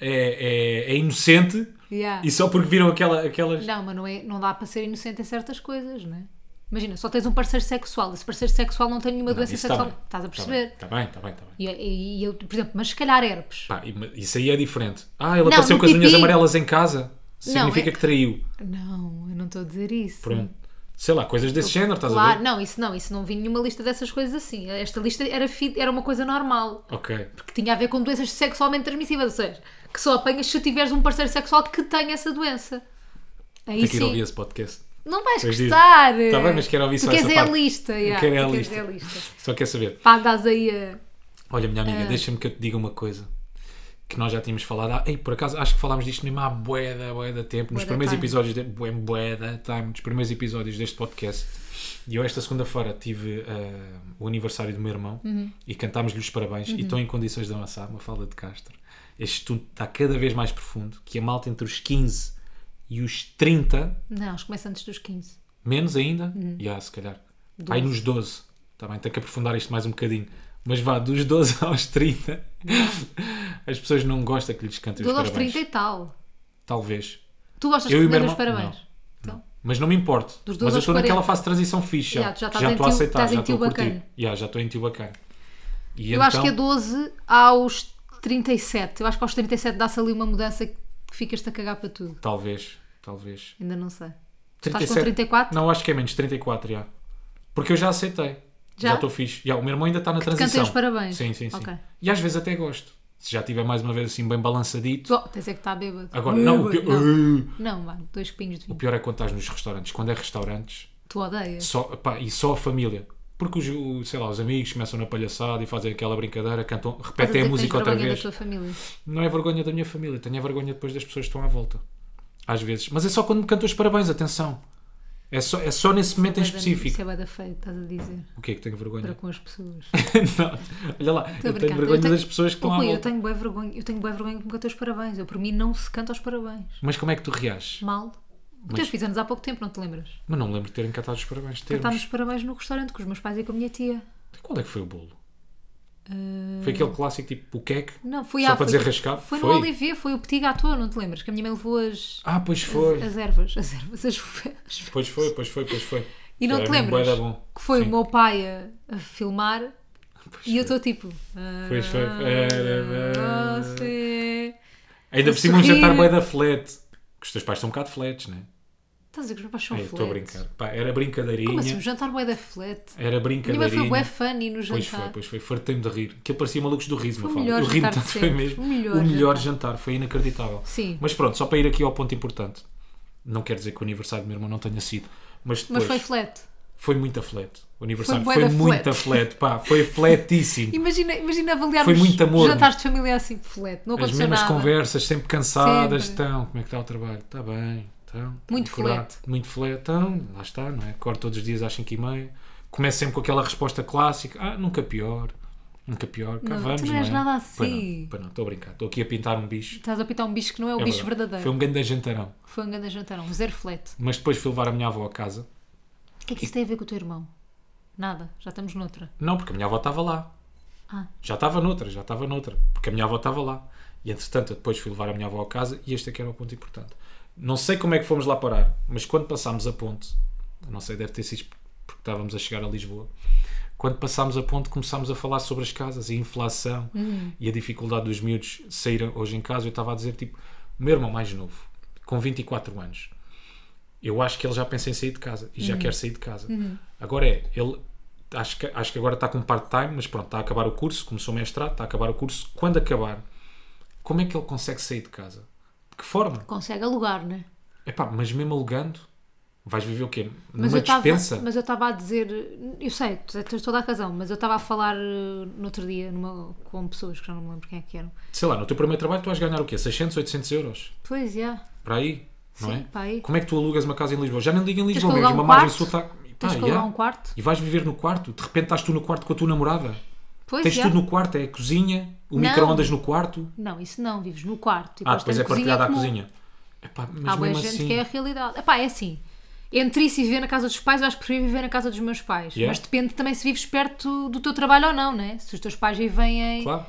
[SPEAKER 2] é, é- é inocente
[SPEAKER 1] Yeah.
[SPEAKER 2] e só porque viram aquela, aquelas.
[SPEAKER 1] Não, mas não, é, não dá para ser inocente em certas coisas, não é? Imagina, só tens um parceiro sexual. Esse parceiro sexual não tem nenhuma doença
[SPEAKER 2] isso
[SPEAKER 1] sexual.
[SPEAKER 2] tá bem.
[SPEAKER 1] Estás a
[SPEAKER 2] Tá bem,
[SPEAKER 1] perceber?
[SPEAKER 2] Está bem, está bem, está bem.
[SPEAKER 1] E, é, e- e eu, por exemplo, mas se calhar herpes.
[SPEAKER 2] Pá, e- mas isso aí é diferente. Ah, ele
[SPEAKER 1] Não,
[SPEAKER 2] apareceu
[SPEAKER 1] no
[SPEAKER 2] com as unhas
[SPEAKER 1] pipi.
[SPEAKER 2] amarelas em casa, significa
[SPEAKER 1] é-
[SPEAKER 2] que traiu.
[SPEAKER 1] Não, eu não estou a dizer isso.
[SPEAKER 2] Pronto. Sei lá, coisas desse género, estás a
[SPEAKER 1] Claro,
[SPEAKER 2] ver?
[SPEAKER 1] não, isso não, isso não vi nenhuma lista dessas coisas assim. Esta lista era, fi- era uma coisa normal,
[SPEAKER 2] Ok.
[SPEAKER 1] que tinha a ver com doenças sexualmente transmissíveis, ou seja, que só apanhas se tiveres um parceiro sexual que tenha essa doença. Aí
[SPEAKER 2] Tem que ir ouvir
[SPEAKER 1] sim,
[SPEAKER 2] esse podcast.
[SPEAKER 1] não vais
[SPEAKER 2] Pois diz.
[SPEAKER 1] gostar.
[SPEAKER 2] Tá bem, mas quero ouvir
[SPEAKER 1] tu
[SPEAKER 2] só
[SPEAKER 1] queres
[SPEAKER 2] essa
[SPEAKER 1] é a
[SPEAKER 2] parte.
[SPEAKER 1] lista, yeah,
[SPEAKER 2] quero é a
[SPEAKER 1] tu queres
[SPEAKER 2] lista.
[SPEAKER 1] é a lista.
[SPEAKER 2] Só quer saber.
[SPEAKER 1] Pá, andas aí a...
[SPEAKER 2] Olha, minha
[SPEAKER 1] Ah.
[SPEAKER 2] amiga, deixa-me que eu te diga uma coisa que nós já tínhamos falado. Ah, ei, por acaso, acho que falámos disto mesmo há boeda, boeda tempo, nos
[SPEAKER 1] Bué da
[SPEAKER 2] primeiros
[SPEAKER 1] time.
[SPEAKER 2] episódios, de, bué- bué da time, nos primeiros episódios deste podcast. E eu esta segunda-feira tive ah, o aniversário do meu irmão
[SPEAKER 1] Uhum.
[SPEAKER 2] e cantámos-lhe os parabéns e estou em condições de amassar uma falda de Castro. Este estudo está cada vez mais profundo, que a malta entre os 15 e os 30,
[SPEAKER 1] Não, isto começa antes dos 15.
[SPEAKER 2] menos ainda,
[SPEAKER 1] Hum.
[SPEAKER 2] e há se calhar, aí nos 12, está bem, tem que aprofundar isto mais um bocadinho, mas vá, dos 12 aos 30, as pessoas não gostam que lhes cantem os
[SPEAKER 1] Tudo aos
[SPEAKER 2] parabéns.
[SPEAKER 1] 30 e tal.
[SPEAKER 2] Talvez.
[SPEAKER 1] Tu gostas
[SPEAKER 2] Eu
[SPEAKER 1] de
[SPEAKER 2] e o meu
[SPEAKER 1] comer os
[SPEAKER 2] irmão-
[SPEAKER 1] parabéns? Então,
[SPEAKER 2] Mas não me importo.
[SPEAKER 1] Dos 12
[SPEAKER 2] mas eu
[SPEAKER 1] aos
[SPEAKER 2] estou naquela
[SPEAKER 1] 40.
[SPEAKER 2] fase de transição fixe.
[SPEAKER 1] Já,
[SPEAKER 2] Já,
[SPEAKER 1] tu já
[SPEAKER 2] já,
[SPEAKER 1] estás em
[SPEAKER 2] estou a
[SPEAKER 1] tio-
[SPEAKER 2] aceitar,
[SPEAKER 1] estás em
[SPEAKER 2] já estou a
[SPEAKER 1] tio
[SPEAKER 2] curtir.
[SPEAKER 1] bacana.
[SPEAKER 2] Já, já estou em tio bacana. E
[SPEAKER 1] Eu
[SPEAKER 2] então,
[SPEAKER 1] acho que é 12 aos 37. Eu acho que aos 37 dá-se ali uma mudança que ficas-te a cagar para tudo.
[SPEAKER 2] Talvez, talvez.
[SPEAKER 1] Ainda não sei. Tu Estás com
[SPEAKER 2] 37?
[SPEAKER 1] 34?
[SPEAKER 2] Não, acho que é menos, 34, já. Porque eu já aceitei.
[SPEAKER 1] Já?
[SPEAKER 2] Já estou fixe. Já, o meu irmão ainda está na transição.
[SPEAKER 1] cantem os parabéns.
[SPEAKER 2] Sim, sim, sim.
[SPEAKER 1] Ok.
[SPEAKER 2] E às vezes até gosto. Se já tiver mais uma vez assim bem balançadito.
[SPEAKER 1] Tu, oh, tens é que estar bêbado.
[SPEAKER 2] Agora, não, o pior,
[SPEAKER 1] Não,
[SPEAKER 2] Uh,
[SPEAKER 1] não vá, dois copinhos de
[SPEAKER 2] o
[SPEAKER 1] vinho.
[SPEAKER 2] pior é quando estás nos restaurantes. Quando é restaurantes,
[SPEAKER 1] Tu odeias.
[SPEAKER 2] só, pá, e só a família. Porque os, o- sei lá, os amigos começam na palhaçada e fazem aquela brincadeira, cantam,
[SPEAKER 1] Estás
[SPEAKER 2] repetem
[SPEAKER 1] dizer que
[SPEAKER 2] a
[SPEAKER 1] tens
[SPEAKER 2] música outra
[SPEAKER 1] vergonha
[SPEAKER 2] vez.
[SPEAKER 1] Da tua família.
[SPEAKER 2] Não é vergonha da minha família, tenho a vergonha depois das pessoas que estão à volta. Às vezes. Mas é só quando me cantam os parabéns, atenção. É só, é só nesse momento em
[SPEAKER 1] Bué da- Isso
[SPEAKER 2] específico.
[SPEAKER 1] é bué da feio, estás a dizer.
[SPEAKER 2] O que é que tenho vergonha?
[SPEAKER 1] Para com as pessoas.
[SPEAKER 2] Não, olha
[SPEAKER 1] Estou a
[SPEAKER 2] lá, eu tenho
[SPEAKER 1] brincar.
[SPEAKER 2] vergonha das pessoas que
[SPEAKER 1] Oh,
[SPEAKER 2] estão à
[SPEAKER 1] Rui,
[SPEAKER 2] volta.
[SPEAKER 1] Eu tenho boa vergonha, eu tenho boa vergonha que me cantam os parabéns. Eu, por mim, não se canta os parabéns.
[SPEAKER 2] Mas como é que tu reages?
[SPEAKER 1] Mal. Os teus fizemos há pouco tempo, não te lembras?
[SPEAKER 2] Mas não me lembro de terem cantado os parabéns. Termos.
[SPEAKER 1] Cantámos os parabéns no restaurante com os meus pais e com a minha tia.
[SPEAKER 2] Qual é que foi o bolo?
[SPEAKER 1] Ah,
[SPEAKER 2] Foi aquele clássico tipo o queque?
[SPEAKER 1] Não, foi
[SPEAKER 2] Só
[SPEAKER 1] ah,
[SPEAKER 2] para
[SPEAKER 1] foi-
[SPEAKER 2] dizer rascado?
[SPEAKER 1] Foi,
[SPEAKER 2] Foi.
[SPEAKER 1] no Olivier, foi o Petit Gâteau, não te lembras? Que a minha mãe levou as,
[SPEAKER 2] Ah, pois foi.
[SPEAKER 1] as ervas, as ervas, as fezes.
[SPEAKER 2] Pois foi, pois foi, pois foi.
[SPEAKER 1] E não
[SPEAKER 2] Era
[SPEAKER 1] te
[SPEAKER 2] mesmo
[SPEAKER 1] lembras
[SPEAKER 2] bué da bom.
[SPEAKER 1] que foi
[SPEAKER 2] Sim.
[SPEAKER 1] o meu pai a, a filmar e eu estou tipo...
[SPEAKER 2] Pois foi.
[SPEAKER 1] "Ah,
[SPEAKER 2] Era-
[SPEAKER 1] Você...
[SPEAKER 2] Ainda
[SPEAKER 1] a
[SPEAKER 2] por cima um
[SPEAKER 1] sorrir.
[SPEAKER 2] jantar bué da flat. Que os teus pais são um bocado flats, né?
[SPEAKER 1] Estás a dizer que os meus pais são
[SPEAKER 2] Ei, Estou a
[SPEAKER 1] flat?
[SPEAKER 2] brincar. Pá, era
[SPEAKER 1] Como assim, um
[SPEAKER 2] brincadeirinha.
[SPEAKER 1] jantar bué da flat? A
[SPEAKER 2] Era
[SPEAKER 1] minha mãe foi
[SPEAKER 2] brincadeirinha.
[SPEAKER 1] bué funny no jantar.
[SPEAKER 2] Pois foi, pois foi. Fartei-me de rir. Aquilo parecia malucos do riso,
[SPEAKER 1] Foi o
[SPEAKER 2] Mafalda.
[SPEAKER 1] melhor
[SPEAKER 2] Eu ri-me
[SPEAKER 1] jantar de
[SPEAKER 2] tanto, foi
[SPEAKER 1] sempre.
[SPEAKER 2] mesmo.
[SPEAKER 1] O melhor
[SPEAKER 2] jantar. Foi inacreditável.
[SPEAKER 1] Sim.
[SPEAKER 2] Mas pronto, só para ir aqui ao ponto importante. Não quer dizer que o aniversário do meu irmão não tenha sido. Mas depois
[SPEAKER 1] Mas foi
[SPEAKER 2] foi,
[SPEAKER 1] flat.
[SPEAKER 2] muito afleto. O aniversário
[SPEAKER 1] bué
[SPEAKER 2] foi,
[SPEAKER 1] da
[SPEAKER 2] muito
[SPEAKER 1] flat.
[SPEAKER 2] afleto, pá. Foi fletíssimo.
[SPEAKER 1] Imagina, imagina avaliarmos
[SPEAKER 2] Foi muito amor.
[SPEAKER 1] jantares de família assim, flat. Não
[SPEAKER 2] As
[SPEAKER 1] aconteceu
[SPEAKER 2] mesmas
[SPEAKER 1] nada.
[SPEAKER 2] conversas, sempre cansadas.
[SPEAKER 1] Sempre.
[SPEAKER 2] Estão, como é que está o trabalho? Está bem. Então,
[SPEAKER 1] Muito
[SPEAKER 2] acordar. Muito fleto. Então, lá está, não é? Acordo todos os dias às 5h30. Começo sempre com aquela resposta clássica. Ah, nunca pior. Nunca pior. Cá
[SPEAKER 1] Não, tu
[SPEAKER 2] vamos,
[SPEAKER 1] não és
[SPEAKER 2] é?
[SPEAKER 1] nada
[SPEAKER 2] Pois não,
[SPEAKER 1] assim.
[SPEAKER 2] pois não, estou a brincar. Estou aqui a pintar um bicho.
[SPEAKER 1] Estás a pintar um bicho que não é o
[SPEAKER 2] É
[SPEAKER 1] bicho
[SPEAKER 2] verdade.
[SPEAKER 1] verdadeiro.
[SPEAKER 2] Foi um grande jantarão.
[SPEAKER 1] Foi um grande jantarão, zero flat.
[SPEAKER 2] Mas depois fui levar a minha avó a casa.
[SPEAKER 1] O que é que isso tem a ver com o teu irmão? Nada, já estamos noutra.
[SPEAKER 2] Não, porque a minha avó estava lá.
[SPEAKER 1] Ah.
[SPEAKER 2] Já estava noutra, já estava noutra. Porque a minha avó estava lá. E entretanto, eu depois fui levar a minha avó a casa e este é que era o ponto importante. Não sei como é que fomos lá parar, mas quando passámos a ponte, eu não sei, deve ter sido porque estávamos a chegar a Lisboa. Quando passámos a ponte, começámos a falar sobre as casas e a inflação e a dificuldade dos miúdos saírem hoje em casa. Eu estava a dizer, tipo, O meu irmão mais novo, com 24 anos, eu acho que ele já pensa em sair de casa e
[SPEAKER 1] Uhum.
[SPEAKER 2] já quer sair de casa. Agora é, ele acho que, acho que agora está com um part-time, mas pronto, está a acabar o curso, começou o mestrado, está a acabar o curso. Quando acabar, como é que ele consegue sair de casa? De que forma?
[SPEAKER 1] Consegue alugar, né?
[SPEAKER 2] Epá, mas mesmo alugando, vais viver o quê?
[SPEAKER 1] Mas
[SPEAKER 2] Numa
[SPEAKER 1] eu tava-
[SPEAKER 2] dispensa?
[SPEAKER 1] Mas eu estava a dizer, eu sei, tu tens toda a razão, mas eu estava a falar eh, no outro dia numa- com pessoas que já não me lembro quem é que eram.
[SPEAKER 2] Sei lá, no teu primeiro trabalho tu vais ganhar o quê? 600, 800 euros?
[SPEAKER 1] Pois, já.
[SPEAKER 2] Para aí? Não
[SPEAKER 1] Sim,
[SPEAKER 2] é?
[SPEAKER 1] para aí.
[SPEAKER 2] Como é que tu alugas uma casa em Lisboa? Já nem liga em
[SPEAKER 1] Tens que
[SPEAKER 2] Lisboa,
[SPEAKER 1] alugar
[SPEAKER 2] mesmo
[SPEAKER 1] um
[SPEAKER 2] uma margem
[SPEAKER 1] quarto.
[SPEAKER 2] sul está.
[SPEAKER 1] Tens que alugar um quarto.
[SPEAKER 2] E vais viver no quarto? De repente estás tu no quarto com a tua namorada?
[SPEAKER 1] Pois,
[SPEAKER 2] Tens
[SPEAKER 1] já.
[SPEAKER 2] tudo no quarto? É a cozinha? O
[SPEAKER 1] Não.
[SPEAKER 2] micro-ondas no quarto?
[SPEAKER 1] Não, isso não, vives no quarto. tipo, E
[SPEAKER 2] Ah, depois
[SPEAKER 1] tens
[SPEAKER 2] é partilhada a
[SPEAKER 1] comum.
[SPEAKER 2] cozinha. Epá, mas
[SPEAKER 1] Há boa
[SPEAKER 2] mesmo
[SPEAKER 1] gente
[SPEAKER 2] assim.
[SPEAKER 1] que é a realidade. Epá, é assim. Entre isso e viver na casa dos pais, eu acho que prefiro viver na casa dos meus pais.
[SPEAKER 2] Yeah.
[SPEAKER 1] Mas depende também se vives perto do teu trabalho ou não, né? Se os teus pais vivem em,
[SPEAKER 2] Claro.